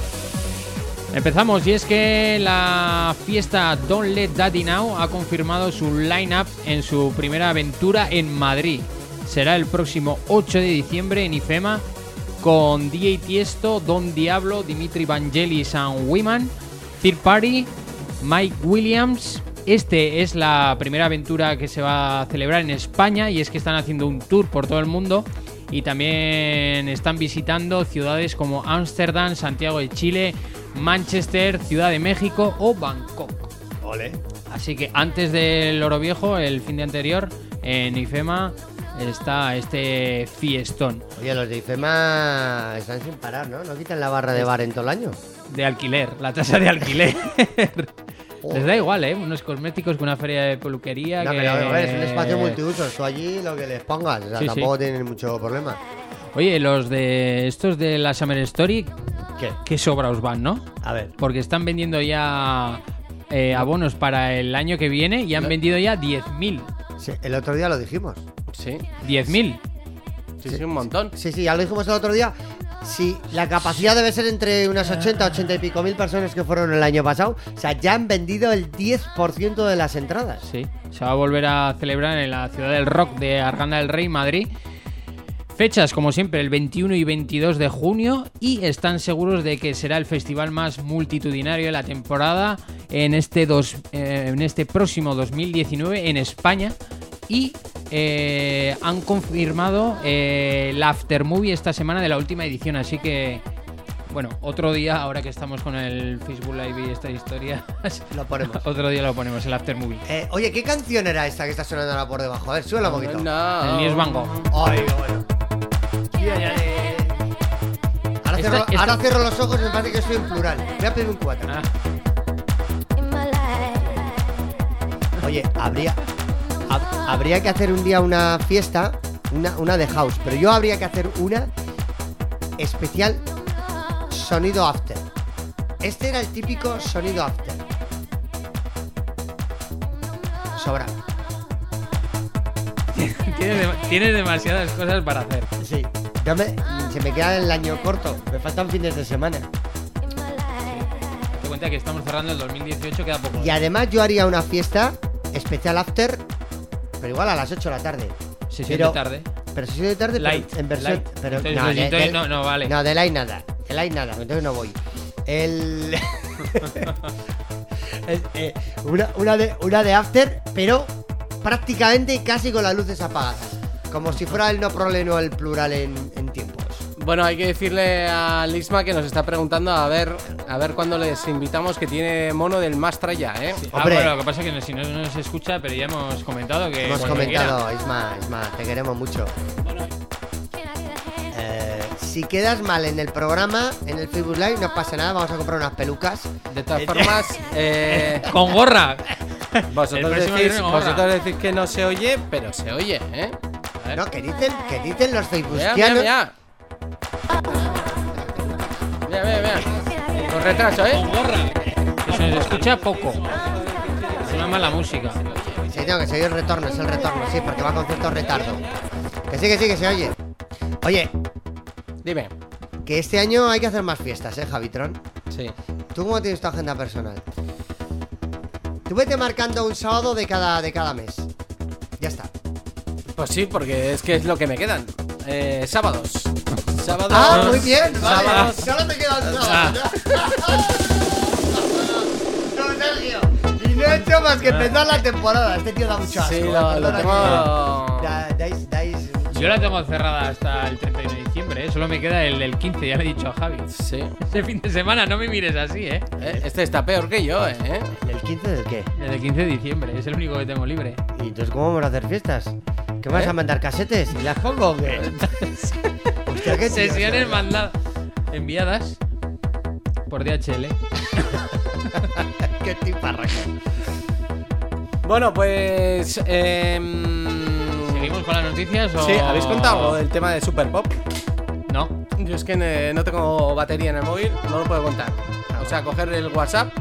Empezamos y es que la fiesta Don't Let Daddy Now ha confirmado su line-up en su primera aventura en Madrid. Será el próximo 8 de diciembre en IFEMA con DJ Tiesto, Don Diablo, Dimitri Vangelis and Wiman, Third Party, Mike Williams. Este es la primera aventura que se va a celebrar en España y es que están haciendo un tour por todo el mundo y también están visitando ciudades como Ámsterdam, Santiago de Chile, Manchester, Ciudad de México o Bangkok. Así que antes del Oro Viejo, el fin de anterior, en IFEMA está este fiestón Oye, los de IFEMA están sin parar, ¿no? No quitan la barra de bar en todo el año. de alquiler, la tasa [laughs] de alquiler. Les da igual, ¿eh? Unos cosméticos con una feria de peluquería. No, que... pero a ver, es un espacio multiuso, tú allí lo que les pongas, o sea, Sí, sí. tampoco tienen mucho problema. Oye, los de estos de la Summer Story, ¿Qué? qué sobra os van, ¿no? A ver. Porque están vendiendo ya eh, abonos para el año que viene y han vendido ya 10.000. sí, el otro día lo dijimos. Sí, 10.000. sí, sí, un montón. Sí, sí, ya lo dijimos el otro día. Sí, la capacidad debe ser entre unas 80, 80 y pico mil personas que fueron el año pasado. O sea, ya han vendido el 10% de las entradas. Sí, se va a volver a celebrar en la ciudad del rock de Arganda del Rey, Madrid. Fechas, como siempre, el 21 y 22 de junio y están seguros de que será el festival más multitudinario de la temporada en este, dos, eh, en este próximo 2019 en España y eh, han confirmado eh, la after movie esta semana de la última edición, así que bueno, otro día, ahora que estamos con el Facebook Live y esta historia, Lo ponemos. [laughs] otro día lo ponemos, el after movie. Eh, oye, ¿qué canción era esta que está sonando ahora por debajo? A ver, suela un poquito. El No. Niels Van Gogh. Ay, qué bueno. Ahora, Esta- cierro, esta- ahora cierro los ojos y me parece que estoy en plural. Voy a pedir un 4. [laughs] Ah, Oye, habría, hab- habría que hacer un día una fiesta, una, una de house, pero yo habría que hacer una especial sonido after. Este era el típico sonido after. Sobra. Tienes, dem- tienes demasiadas cosas para hacer. Sí. Ya me- se me queda el año corto. Me faltan fines de semana. Te cuenta que estamos cerrando el 2018, queda poco. Y además yo haría una fiesta especial after, pero igual a las 8 de la tarde. Se pero- siente tarde. Pero si soy de tarde, pero Light, en versión. light. Pero Entonces, pues, de- de- entonces no- no, vale. No, de light nada. De light nada, entonces no voy. El. [laughs] Es, eh, una, una de, una de after, pero prácticamente casi con las luces apagadas. Como si fuera el no problema el plural en, en tiempos. Bueno, hay que decirle a Lisma que nos está preguntando a ver a ver cuándo les invitamos que tiene mono del más tralla, ¿eh? Hombre. Ah, bueno, lo que pasa es que no- si no, no se escucha, pero ya hemos comentado Eh, que. Hemos cuando comentado, Isma, Isma, te queremos mucho. Eh, si quedas mal en el programa, en el Facebook Live, no pasa nada, vamos a comprar unas pelucas. De todas formas, eh, quiera. ¡Con gorra! [laughs] El vosotros, próximo decís, viernes, gorra. vosotros decís que no se oye, pero se oye, ¿eh? A ver. No, que dicen, que dicen los Mira, mira, Facebookianos. mira. Mira, mira, mira. Con retraso, ¿eh? ¡Con gorra! Que se nos escucha poco. Suena mala música. Sí, no, que se oye el retorno, es el retorno, sí, porque va con cierto retardo. Que sí, que sí, que se oye. Oye, Dime. que este año hay que hacer más fiestas, ¿eh, Javitron? Sí. ¿Tú cómo tienes tu agenda personal? Tú vete marcando un sábado de cada, de cada mes. Ya está. Pues sí, porque es que es lo que me quedan. Eh, sábados. Sábados. Ah, muy bien. Vale. Sábados. Solo te quedan sábados. [laughs] Ah. No, Sergio. Y no he hecho más que empezar la temporada. Este tío da mucho asco. Sí, lo, lo perdona tengo. que- Da- dais- dais- Yo la tengo cerrada hasta el 31 de diciembre, ¿eh? Solo me queda el del 15, ya le he dicho a Javi. Sí. Este fin de semana no me mires así, ¿eh? Eh, Este está peor que yo, ¿eh? ¿El 15 del qué? El del 15 de diciembre, es el único que tengo libre. ¿Y entonces cómo vamos a hacer fiestas? ¿Qué vas ¿Eh? a mandar casetes? ¿Y las pongo o qué? [laughs] Hostia, qué tío, Sesiones tío. mandadas. Enviadas por DHL. Qué tiparra. Bueno, pues. Eh, ¿Seguimos con las noticias o.? Sí, ¿habéis contado el tema de Super Pop? No. Yo es que eh, no tengo batería en el móvil, no lo puedo contar. O sea, coger el WhatsApp.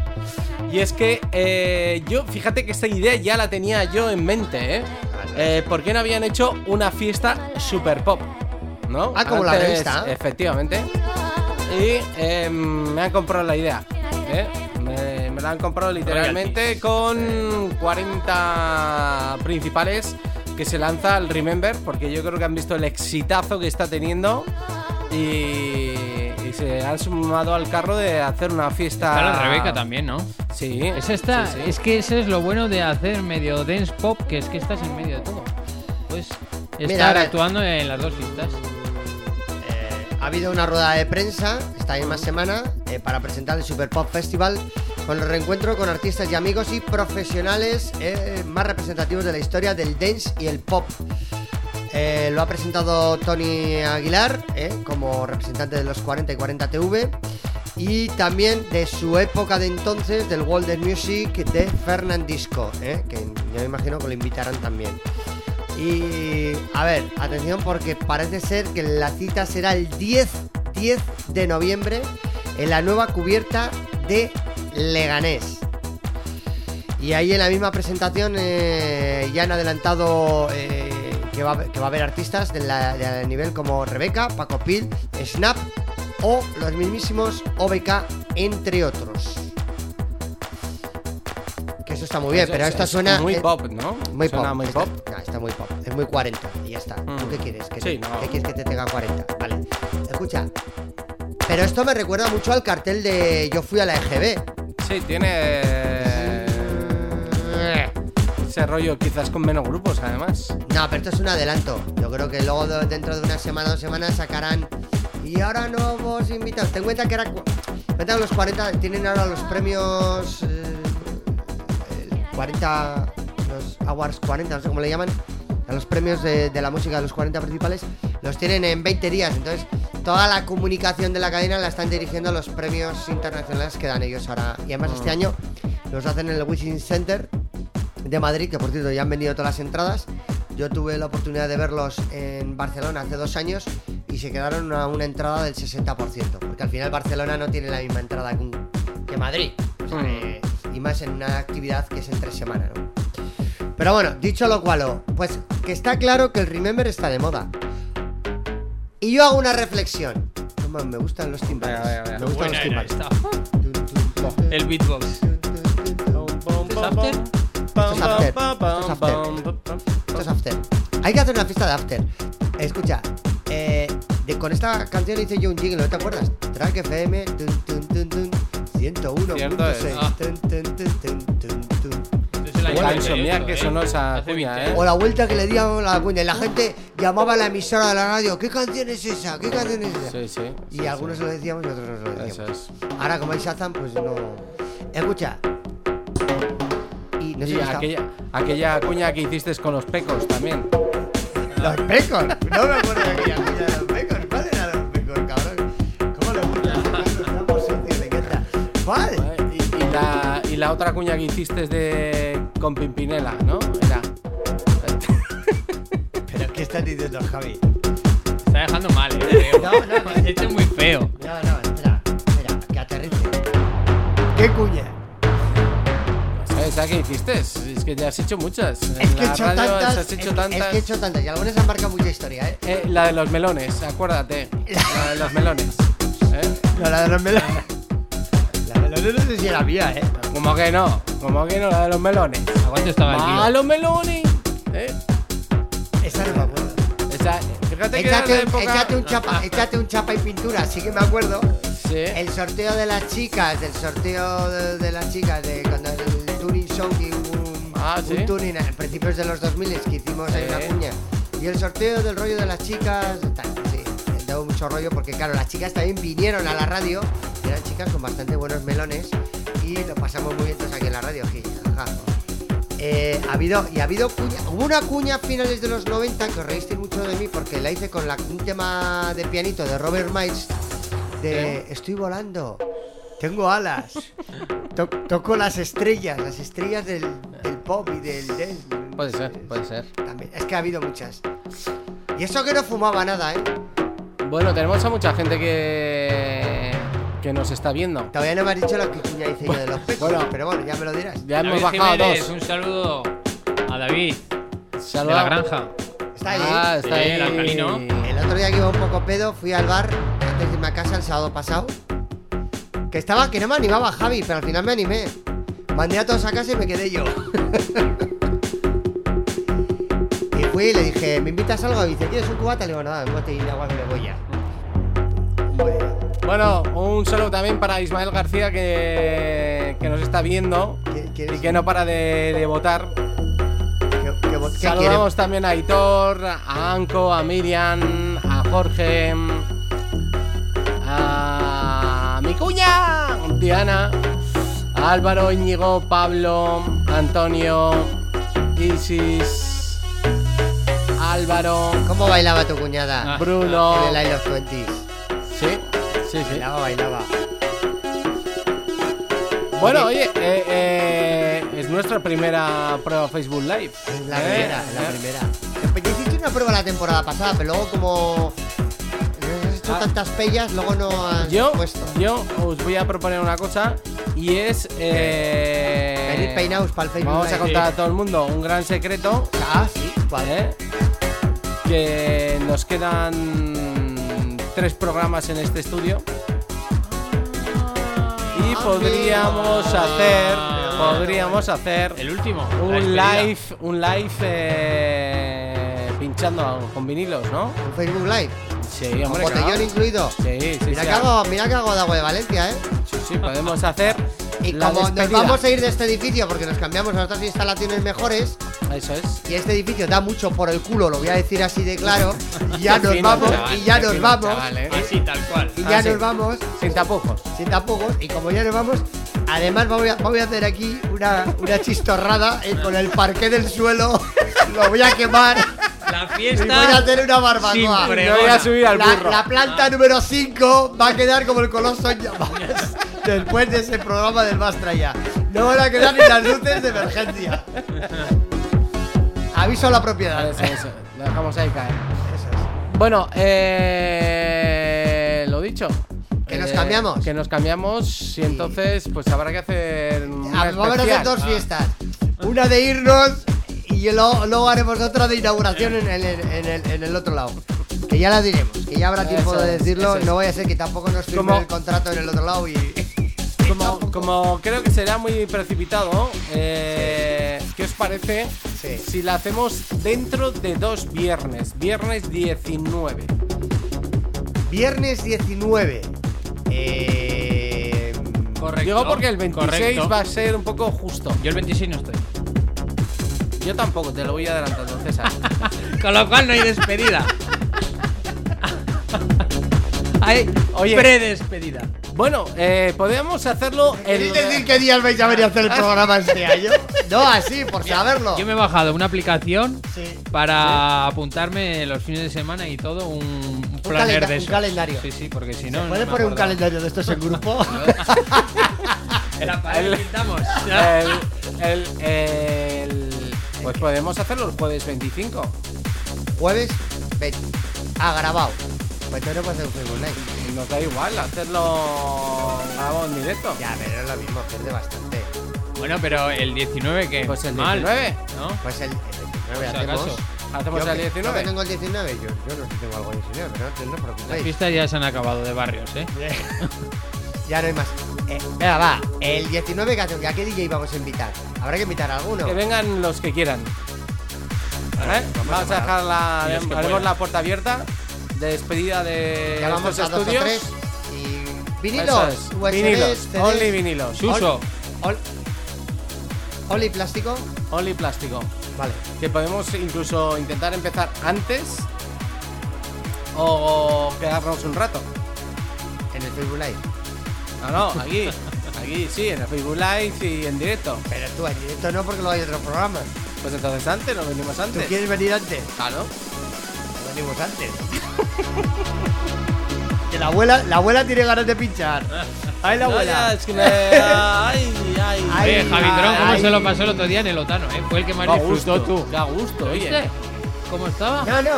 Y es que eh, yo, fíjate que esta idea ya la tenía yo en mente, ¿eh? Eh, ¿Por qué no habían hecho una fiesta super pop? ¿No? Ah, como la revista. Efectivamente. Y eh, me han comprado la idea. ¿eh? Me, me la han comprado literalmente con 40 principales que se lanza el Remember, porque yo creo que han visto el exitazo que está teniendo y, y se han sumado al carro de hacer una fiesta. Está la Rebeca también, ¿no? Sí. Es esta, sí, sí. es que eso es lo bueno de hacer medio dance pop, que es que estás en medio de todo. Pues estar Mira, ahora- actuando en las dos fiestas. Eh, ha habido una rueda de prensa esta misma semana eh, para presentar el Super Pop Festival con el reencuentro con artistas y amigos y profesionales eh, más representativos de la historia del dance y el pop. Eh, lo ha presentado Tony Aguilar eh, como representante de los 40 y 40 TV y también de su época de entonces del World of Music de Fernandisco, eh, que yo me imagino que lo invitarán también. Y a ver, atención porque parece ser que la cita será el 10, 10 de noviembre en la nueva cubierta de Leganés. Y ahí en la misma presentación eh, ya han adelantado eh, que, va, a haber- que va a haber artistas de, la- de nivel como Rebeca, Paco Pil, Snap o los mismísimos OBK, entre otros. Que eso está muy bien, Es- pero es- esto es suena... Muy eh, pop, ¿no? muy Suena pop. muy está, pop. no, está muy pop. Es muy 40 y ya está. ¿Tú Mm. qué quieres? ¿Que te, Sí, no. ¿Qué quieres que te tenga 40? Vale. Escucha. Pero esto me recuerda mucho al cartel de Yo fui a la E EGB. Sí, tiene. Mm. Ese rollo, quizás con menos grupos, además. No, pero esto es un adelanto. Yo creo que luego de- dentro de una semana o dos semanas sacarán. Y ahora nuevos invitados. Ten en cuenta que era. cu- Cuenta que los 40 tienen ahora los premios. eh, el 40. Los Awards 40, no sé cómo le llaman. A los premios de, de la música de los 40 principales. Los tienen en 20 días. Entonces, toda la comunicación de la cadena la están dirigiendo a los premios internacionales que dan ellos ahora. Y además, este año los hacen en el Wishing Center de Madrid, que por cierto ya han vendido todas las entradas. Yo tuve la oportunidad de verlos en Barcelona hace dos años y se quedaron a una entrada del 60%, porque al final Barcelona no tiene la misma entrada que, un- que Madrid. O sea, Mm. eh, y más en una actividad que es entre semana, ¿no? Pero bueno, dicho lo cual, oh, pues que está claro que el Remember está de moda. Y yo hago una reflexión. No, man, me gustan los timbales. Venga, venga, venga. Me gustan los Buena era timbales. esta. Tun, tun, tun, tun, El beatbox. tun, tun, tun, tun. ¿Esto es after? Esto es after, esto es Esto es after. Hay que hacer una fiesta de after. Escucha, eh, de- con esta canción hice yo un jingle, ¿no te acuerdas? Track FM, tun, tun, tun, tun, 101.6. Cierto eh, es. Ah. tun, tun, tun, tun, tun, tun. Esto es el año Bueno, anterior, mira ¿eh? que sonó esa Hace cuña, 20 ¿eh? O la vuelta que le dieron a la cuña. Y la gente llamaba a la emisora de la radio. ¿Qué canción es esa? ¿Qué canción es esa? Sí, sí. y sí, algunos se lo decíamos y otros no se lo sí. decíamos. Eso es. Ahora como hay Shazam, pues no. Escucha. Y no sé Y si está- aquella, aquella cuña que hiciste con los pecos también. Los pecos. No me acuerdo de aquella cuña de los pecos. ¿Cuál era los pecos, cabrón? ¿Cómo le gusta? Está por sucio, le encanta. ¿Cuál? Y, ¿eh? y la, y la otra cuña que hiciste de, con Pimpinela, ¿no? Era. ¿Pero qué estás diciendo, Javi? Está dejando mal, ¿eh? [laughs] Creo. No, no, no. Esto es muy feo. No, no, espera. Espera, que aterrice. ¿Qué cuña? ¿Sabes a qué hiciste? Es que ya has hecho muchas. En Es que he la hecho radio tantas. has hecho es- tantas. Es que he hecho tantas. Y algunas han marcado mucha historia, ¿eh? Eh, la de los melones, acuérdate. La de los melones. ¿eh? No, la de los melones. La de los melones no sé si era mía, ¿eh? Como que no, como que no, la de los melones. ¿A cuánto estaba el ¡A kilo? los melones! ¿eh? Esa no me acuerdo. Esa- fíjate que era la Échate, un- época. Ah, échate un chapa, échate un chapa y pintura, sí que me acuerdo. Sí. El sorteo de las chicas, el sorteo de, de las chicas, de cuando el tuning show y un, Ah, un sí. tuning a principios de los 2000 que hicimos ahí Sí. una cuña. Y el sorteo del rollo de las chicas, tal, sí, daba mucho rollo porque claro, las chicas también vinieron a la radio, y eran chicas con bastante buenos melones y lo pasamos muy bien todos aquí en la radio. jiji, jaja. Eh, ha habido, y ha habido cuña, hubo una cuña a finales de los 90 que os reísteis mucho de mí porque la hice con la- un tema de pianito de Robert Miles de Estoy volando, tengo alas, to- toco las estrellas, las estrellas del, del pop y del dance. Puede ser, puede ser. También, es que ha habido muchas. Y eso que no fumaba nada, ¿eh? Bueno, tenemos a mucha gente que. que nos está viendo. Todavía no me has dicho lo que cuña hice yo de los pecos, Pues, Bueno. pero bueno, ya me lo dirás. Ya hemos David bajado Jiménez, dos. Un saludo a David de Saluda- la granja. Está ahí. ¿eh? Ah, Sí, está ahí. el alcalino. El otro día que iba un poco pedo, fui al bar antes de irme a casa el sábado pasado. Que estaba, que no me animaba Javi, pero al final me animé. Mandé a todos a casa y me quedé yo. [laughs] y fui y le dije, ¿me invitas algo? Y dice, ¿quieres un cubata? Le digo, nada, un botellín de agua que me voy ya. Un botellín. Bueno, un saludo también para Ismael García que, que nos está viendo ¿Qué- qué y eres? que no para de, de votar. ¿Qué- qué bot- qué Saludamos también a Aitor, a Anco, a Miriam, a Jorge, a mi cuña, Diana, a Álvaro, Íñigo, Pablo, Antonio, Isis, Álvaro, quiere? ¿Cómo bailaba tu cuñada? Ah. Bruno. En el I Love 20s. Sí, sí, sí. Bailaba, bailaba. Bueno, oye, eh, eh, es nuestra primera prueba Facebook Live. Es la Eh, primera, es la eh. primera. Pues Yo hiciste una prueba la temporada pasada, pero luego como has hecho Ah. tantas pellas, luego no has Yo, puesto. yo os voy a proponer una cosa y es... eh, Venid peinaos para el Facebook. Vamos a Live. contar a todo el mundo un gran secreto, Ah, sí, ¿cuál? ¿eh? Que nos quedan tres programas en este estudio y Ah, podríamos mira. hacer, Ah, podríamos hacer El último. la un despedida. live, un live eh, pinchando con vinilos, ¿no? Un Facebook Live. Sí, Con hombre, botellón claro. incluido. Sí, sí, Mira sí, que, hago, mira que hago de agua de Valencia, ¿eh? sí, sí, podemos hacer Y la como nos despedida. vamos a ir de este edificio porque nos cambiamos a otras instalaciones mejores Eso es. y este edificio da mucho por el culo, lo voy a decir así de [laughs] claro, y ya Qué nos fino, vamos, chaval, y ya qué nos fino, vamos, chaval, ¿eh? Así, tal cual. y ya Ah, sí. nos vamos. Sin tapujos. sin tapujos y como ya nos vamos, además voy a, voy a hacer aquí una, una chistorrada eh, con el parqué del suelo, [laughs] lo voy a quemar y La voy a fiesta. hacer una barbacoa. Sin Me voy a subir al La, burro. la planta número 5 va a quedar como el coloso en llamas después de ese programa del Bastra ya. No van a quedar ni las luces de emergencia. Aviso a la propiedad. Eso, eso. Lo dejamos ahí caer. Eso es. Bueno, eh, lo dicho. Que Eh, nos cambiamos. Que nos cambiamos y entonces pues habrá que hacer... un Ah, Vamos a hacer especial. dos fiestas. Una de irnos y y luego, luego haremos otra de inauguración en el, en el- en el otro lado. Que ya la diremos, que ya habrá tiempo Ah, Eso de es, decirlo. eso es. No vaya a ser que tampoco nos firmen Como- el contrato en el otro lado y. Como, como creo que será muy precipitado, eh, ¿qué os parece Sí. si la hacemos dentro de dos viernes? Viernes 19. Viernes 19. Eh, Correcto. Digo porque el 26 correcto. va a ser un poco justo. Yo el 26 no estoy. Yo tampoco, te lo voy adelantando, [laughs] César. Con lo cual no hay [laughs] despedida. hay Oye. predespedida. bueno, eh, podemos hacerlo el... Ah, ¿Queréis decir qué días vais a venir a hacer el programa este [laughs] año? No, así, por saberlo. Yo me he bajado una aplicación Sí. para apuntarme los fines de semana y todo un, planner calenda- de un esos. calendario. Sí, sí, porque si no. no ¿Puedes me poner un acordaba. calendario de estos en [laughs] grupo? El El- [laughs] aparello pintamos. el- el- el- pues podemos hacerlo el jueves 25. Jueves 20. Ah, grabado. Pues entonces no puedo hacer un Facebook Live. Nos da igual hacerlo grabado en directo. Ya, pero es lo mismo, pierde bastante. Bueno, pero el 19 que Pues el mal, 19. ¿no? Pues el, el 29 Por si hacemos. acaso. Hacemos Yo el que- yo que 19. tengo el 19, yo, yo no sé si tengo algo el 19, pero no, no os Las preocupéis. pistas ya se han acabado de barrios, ¿eh? [laughs] ya no hay más. Eh, venga, va, el 19 que hacemos, ¿a qué DJ vamos a invitar? Habrá que invitar a alguno. Que vengan los que quieran. ¿Eh? Vamos a dejar la, Los que haremos puedan. la puerta abierta de despedida de Llamamos estos a dos o estudios. tres y vinilos, Eso es, USBs, vinilos, CDs, only vinilos, Suso. ol- oli plástico, only plástico. vale. Que podemos incluso intentar empezar antes o quedarnos un rato. En el Facebook Live. No, [laughs] no, aquí, aquí sí, en el Facebook Live y en directo. Pero tú en directo no, porque luego hay otros programas. Pues entonces antes, nos venimos ¿Tú antes. quieres venir antes? Claro. No venimos antes. [laughs] Que la abuela, la abuela tiene ganas de [laughs] pinchar. Ay, la No, ya, abuela. es que me- Ay, ay, Ay, Oye, Javitrón, ¿cómo ay. se lo pasó el otro día en el Otano, eh? Fue el que más Qué a disfrutó gusto, tú. qué a gusto, ¿Lo oye. viste? ¿Cómo estaba? No, no.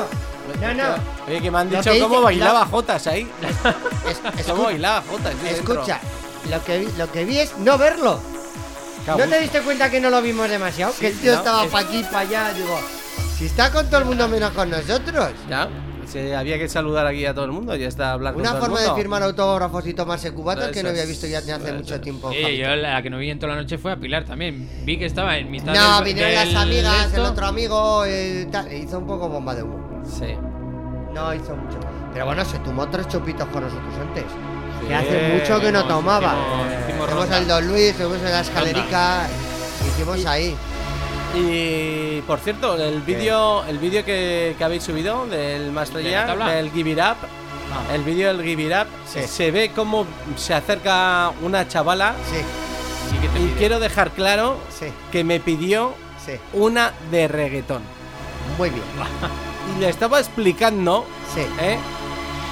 No, no. Oye, que me han Lo dicho que cómo dice- bailaba la- [laughs] Jotas ahí. Pues, Es- cómo escu- bailaba Jotas. ahí dentro. escucha, lo que, vi, lo que vi es no verlo. Qué a ¿No te gusto. diste cuenta que no lo vimos demasiado? que el tío pues. no, estaba es- pa' aquí, pa' allá. Digo, si está con todo el mundo menos con nosotros. Ya, se- había que saludar aquí a todo el mundo y hasta hablar con Una todo el forma de mundo. firmar autógrafos y tomarse cubatas que Eso no había es, visto ya hace mucho tiempo. Sí, Javi. yo la que no vi en toda la noche fue a Pilar también. Vi que estaba en mitad No, del- vinieron las del amigas, el esto. otro amigo, eh, tal. E hizo un poco bomba de humo. Sí. No hizo mucho. Pero bueno, se tomó tres chupitos con nosotros antes. Sí, que hace mucho que no hicimos- tomaba. hicimos- hicimos Fuimos ronda. al Don Luis, fuimos a la escalerica, hicimos ahí. Y por cierto, el vídeo el vídeo que, que habéis subido del Master ¿De la Yang, tabla? del Give It Up, Ah. el vídeo del Give It Up, Sí. se ve cómo se acerca una chavala Sí, ¿Y qué te y pide? quiero dejar claro sí, que me pidió sí. una de reggaetón. Muy bien. Y le estaba explicando Sí, ¿eh?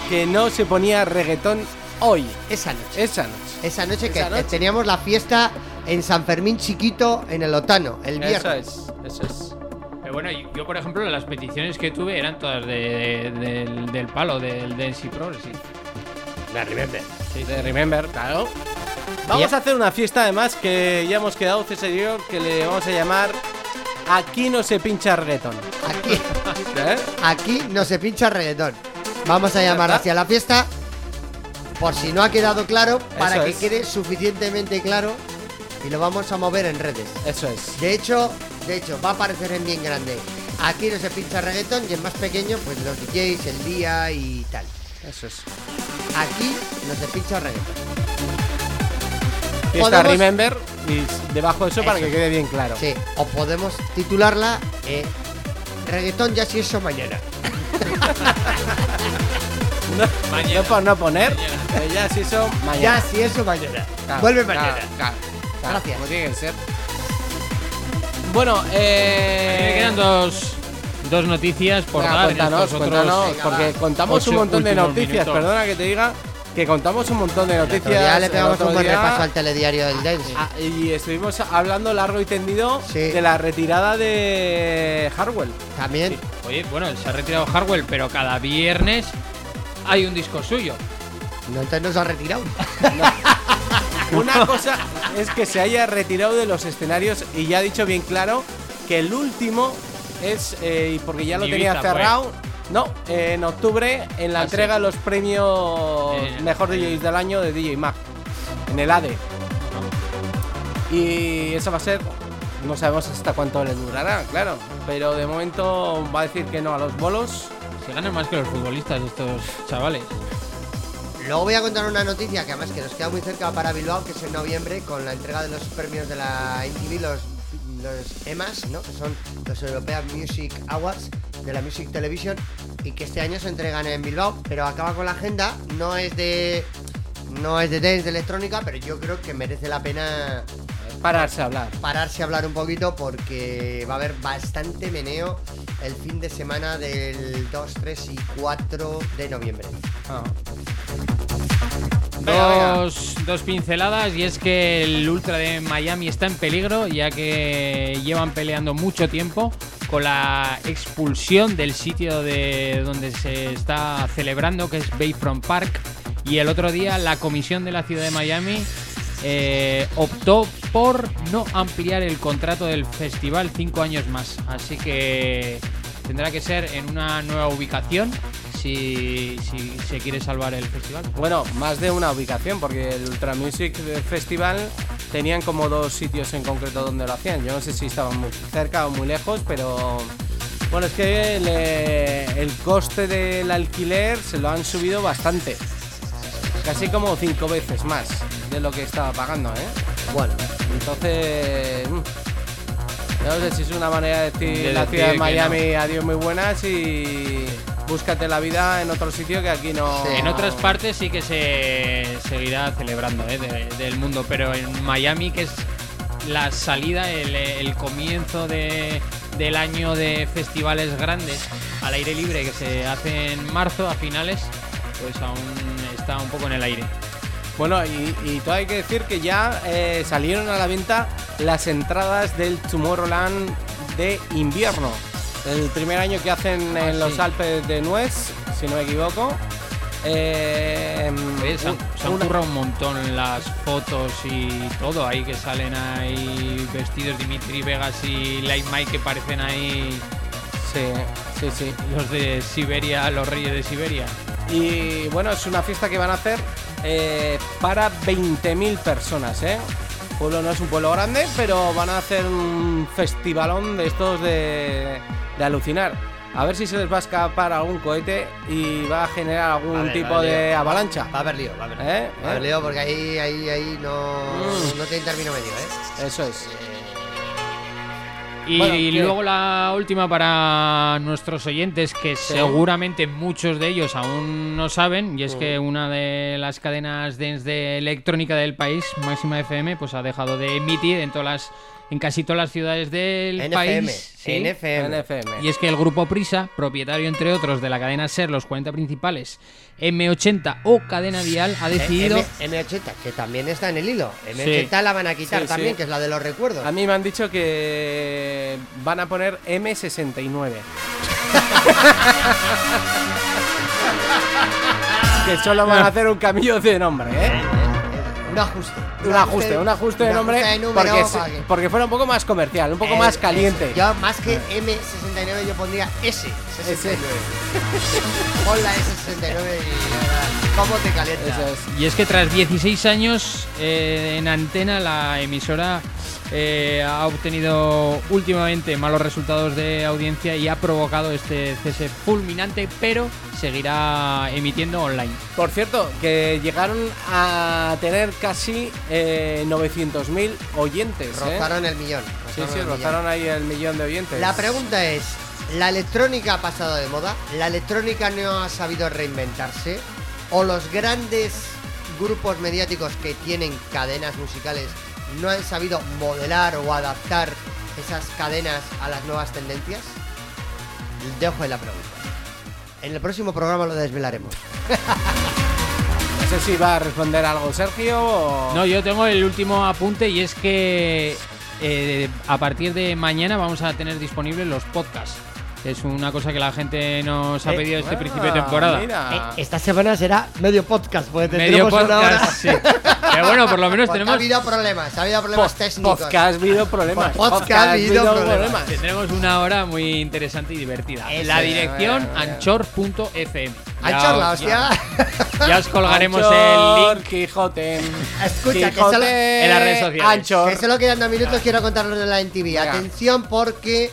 que no se ponía reggaetón hoy, esa Eh, noche. esa noche. Esa noche que esa noche. teníamos la fiesta en San Fermín Chiquito, en el Otano, el Eso viernes. es, eso es. Pero bueno, yo, yo, por ejemplo, las peticiones que tuve eran todas de- de- del, del palo, del Densi Pro, sí. Sí, de Remember, claro. Vamos a hacer una fiesta además que ya hemos quedado, César y yo, que le vamos a llamar Aquí no se pincha reggaetón. Aquí, ¿Eh? aquí no se pincha reggaetón. Vamos a llamar está. hacia la fiesta, por si no ha quedado claro, para Eso que es. quede suficientemente claro y lo vamos a mover en redes. Eso es. De hecho, de hecho, va a aparecer en bien grande. Aquí no se pincha reggaetón y en más pequeño, pues los DJs, el día y tal. Eso es. Aquí no se pincha reggaetón. Fiesta Podemos- Remember y debajo de eso, para Eso que es. quede bien claro. Sí, o podemos titularla eh, Reggaetón ya si eso mañana. No por no poner, pero ya si eso, Ya mañana. si eso mañana. Claro, Vuelve claro, mañana. claro, claro, Gracias. Como tiene que ser. Bueno, eh. Me quedan dos, dos noticias por Venga, dar. cuéntanos, estos otros- cuéntanos, Venga, porque va. contamos un Ocho montón de últimos noticias, minutos. perdona que te diga, que contamos un montón de El otro noticias. día le el pegamos otro un buen día, repaso al telediario del Dance. ah, y estuvimos hablando largo y tendido Sí. de la retirada de Harwell. También. Oye, bueno, se ha retirado Hardwell, pero cada viernes hay un disco suyo. No, entonces nos ha retirado. Una cosa es que se haya retirado de los escenarios y ya ha dicho bien claro que el último es, eh, y porque ya lo En tenía Ibiza fue. cerrado, no, en octubre, en la Ah, entrega sí. de los premios Eh, Mejor DJs del Año de DJ Mag, en el ADE. Y eso va a ser, no sabemos hasta cuánto le durará, claro, pero de momento va a decir que no a los bolos. Se ganan más que los futbolistas estos chavales. Luego voy a contar una noticia que además que nos queda muy cerca para Bilbao, que es en noviembre, con la entrega de los premios de la MTV, los, los EMAs, ¿no? que son los European Music Awards de la Music Television, y que este año se entregan en Bilbao, pero acaba con la agenda, no es de... No es de dance, de electrónica, pero yo creo que merece la pena Pararse a hablar. pararse a hablar un poquito porque va a haber bastante meneo el fin de semana del 2, 3 y 4 de noviembre. Ah. Venga, venga. dos, dos pinceladas y es que el Ultra de Miami está en peligro ya que llevan peleando mucho tiempo con la expulsión del sitio de donde se está celebrando que es Bayfront Park y el otro día la comisión de la ciudad de Miami eh, optó por no ampliar el contrato del festival cinco años más así que tendrá que ser en una nueva ubicación si, si se quiere salvar el festival Bueno, más de una ubicación, porque el Ultra Music Festival tenían como dos sitios en concreto donde lo hacían. Yo no sé si estaban muy cerca o muy lejos, pero bueno, es que el, eh, el coste del alquiler se lo han subido bastante. Casi como cinco veces más de lo que estaba pagando, ¿eh? Bueno, Entonces, mm, no sé si es una manera de decir De la ciudad decir de que Miami adiós muy buenas y búscate la vida en otro sitio que aquí no... Sí. En otras partes sí que se seguirá celebrando ¿eh? de- del mundo, pero en Miami, que es la salida, el, el comienzo de- del año de festivales grandes al aire libre que se hace en marzo a finales, pues aún está un poco en el aire. Bueno, y, y todo hay que decir que ya eh, salieron a la venta las entradas del Tomorrowland de invierno. El primer año que hacen Ah, en los sí. Alpes de Nuez, si no me equivoco. Eh, Oye, se han, un- se han una- currado un montón las fotos y todo ahí que salen ahí vestidos Dimitri Vegas y Light Mike que parecen ahí Sí, sí, sí. los de Siberia, los reyes de Siberia. Y bueno, es una fiesta que van a hacer eh, para 20.000 personas, ¿eh? Pueblo no es un pueblo grande, pero van a hacer un festivalón de estos de, de alucinar. A ver si se les va a escapar algún cohete y va a generar algún A ver, tipo vale. de avalancha. va a haber lío, va a haber lío. ¿Eh? Va a haber ¿Eh? lío porque ahí, ahí, ahí no, Mm. no tiene término medio, ¿eh? Eso es. Y Bueno, ¿qué? luego la última para nuestros oyentes, que seguramente muchos de ellos aún no saben, y es que una de las cadenas dance de electrónica del país, Máxima FM, pues ha dejado de emitir en todas las, en casi todas las ciudades del NFM, país. ¿sí? NFM. NFM. Y es que el grupo Prisa, propietario entre otros de la cadena Ser, los 40 principales, M80 o Cadena Vial, ha decidido... Eh, M, 80 que también está en el hilo. M80 la van a quitar Sí, también, sí. que es la de los recuerdos. A mí me han dicho que van a poner [laughs] M69. que solo van a hacer un cambio de nombre, ¿eh? Un ajuste. Un ajuste, un ajuste de nombre número porque, se- para que- porque fuera un poco más comercial, un poco Eh, más caliente. Yo más que M69 yo pondría S69. [laughs] Pon la S69 y cómo te calienta. Eso es. Y es que tras 16 años eh, en antena, la emisora eh, ha obtenido últimamente malos resultados de audiencia y ha provocado este cese fulminante, pero seguirá emitiendo online. Por cierto, que llegaron a tener casi eh, 900.000 oyentes. ¿eh? Rozaron el millón. Sí, sí, el millón. rozaron ahí el millón de oyentes. La pregunta es, ¿la electrónica ha pasado de moda? ¿La electrónica no ha sabido reinventarse? ¿O los grandes grupos mediáticos que tienen cadenas musicales no han sabido modelar o adaptar esas cadenas a las nuevas tendencias? Dejo ahí la pregunta. En el próximo programa lo desvelaremos. No sé si va a responder algo Sergio o... No, yo tengo el último apunte y es que eh, a partir de mañana vamos a tener disponibles los podcasts. Es una cosa que la gente nos ha Eh, pedido este Ah, principio de temporada. mira. Eh, esta semana será medio podcast, porque Medio tendremos una hora. podcast, sí. Pero bueno, por lo menos Porque tenemos, Ha habido problemas, ha habido problemas Pod- técnicos. Podcast ha habido problemas. Podcast ha habido problemas. tendremos una hora muy interesante y divertida. Eso, la dirección bueno, bueno. anchor.fm. Ha Ya hecho la os- hostia. Ya, ya os colgaremos el Anchor, link. Quijote. [laughs] Escucha, que Quijote solo- En las redes sociales. Anchor. Que solo quedan dos minutos, quiero contarles de la MTV. Venga. Atención porque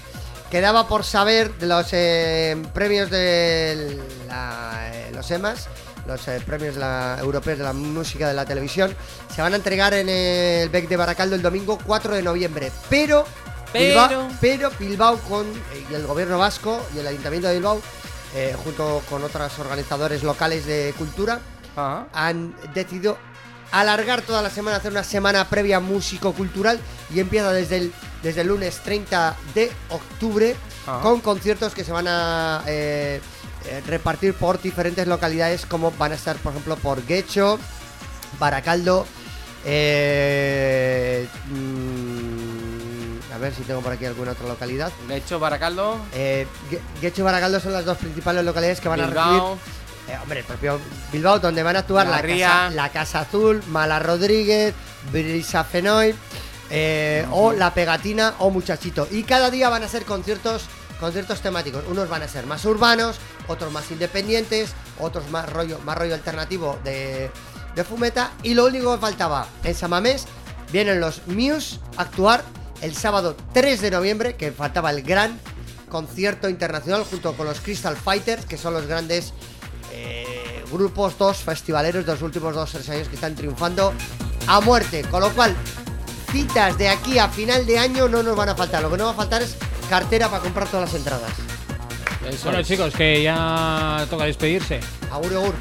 quedaba por saber de los eh, premios de la- eh, los EMAs, los eh, premios de la- europeos de la música de la televisión. Se van a entregar en el BEC de Baracaldo el domingo 4 de noviembre. Pero... Pero- Bilbao, pero Bilbao con, eh, y el gobierno vasco y el ayuntamiento de Bilbao, eh, junto con otros organizadores locales de cultura, Ajá. han decidido alargar toda la semana, hacer una semana previa músico-cultural y empieza desde el, desde el lunes 30 de octubre Ajá. con conciertos que se van a eh, eh, repartir por diferentes localidades como van a estar, por ejemplo, por Guecho, Baracaldo, eh, mm, a ver si tengo por aquí alguna otra localidad. De hecho, Baracaldo. Eh, Gue- Guecho y Baracaldo son las dos principales localidades que van a recibir Bilbao. eh, hombre, el propio Bilbao, donde van a actuar La la, Ría. casa, la Casa Azul, Mala Rodríguez, Brisa Fenoy, eh, o La Pegatina o Muchachito. Y cada día van a ser conciertos, conciertos temáticos. Unos van a ser más urbanos, otros más independientes, otros más rollo, más rollo alternativo de, de Fumeta. Y lo único que faltaba en Samamés vienen los Muse a actuar el sábado 3 de noviembre, que faltaba el gran concierto internacional junto con los Crystal Fighters, que son los grandes eh, grupos dos festivaleros de los últimos dos tres años que están triunfando a muerte. Con lo cual, citas de aquí a final de año no nos van a faltar. Lo que no va a faltar es cartera para comprar todas las entradas. Eso Bueno, es. chicos, que ya toca despedirse. Agur, agur.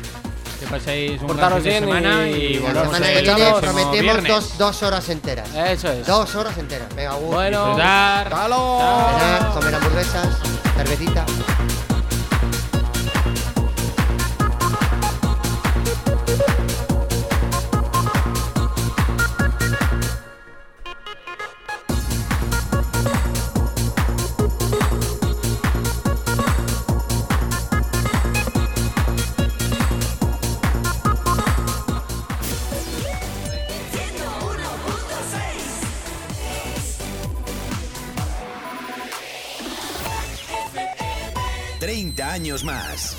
Que paséis un gran Portaros fin de bien semana y- y, la La volvemos semana el que viene próximo prometemos viernes. Eh. dos, dos horas enteras. Eso es. Dos horas enteras. Venga, agur. Bueno, Disfrutar. hasta luego. Cenar, comer hamburguesas, cervecita. ¡30 años más!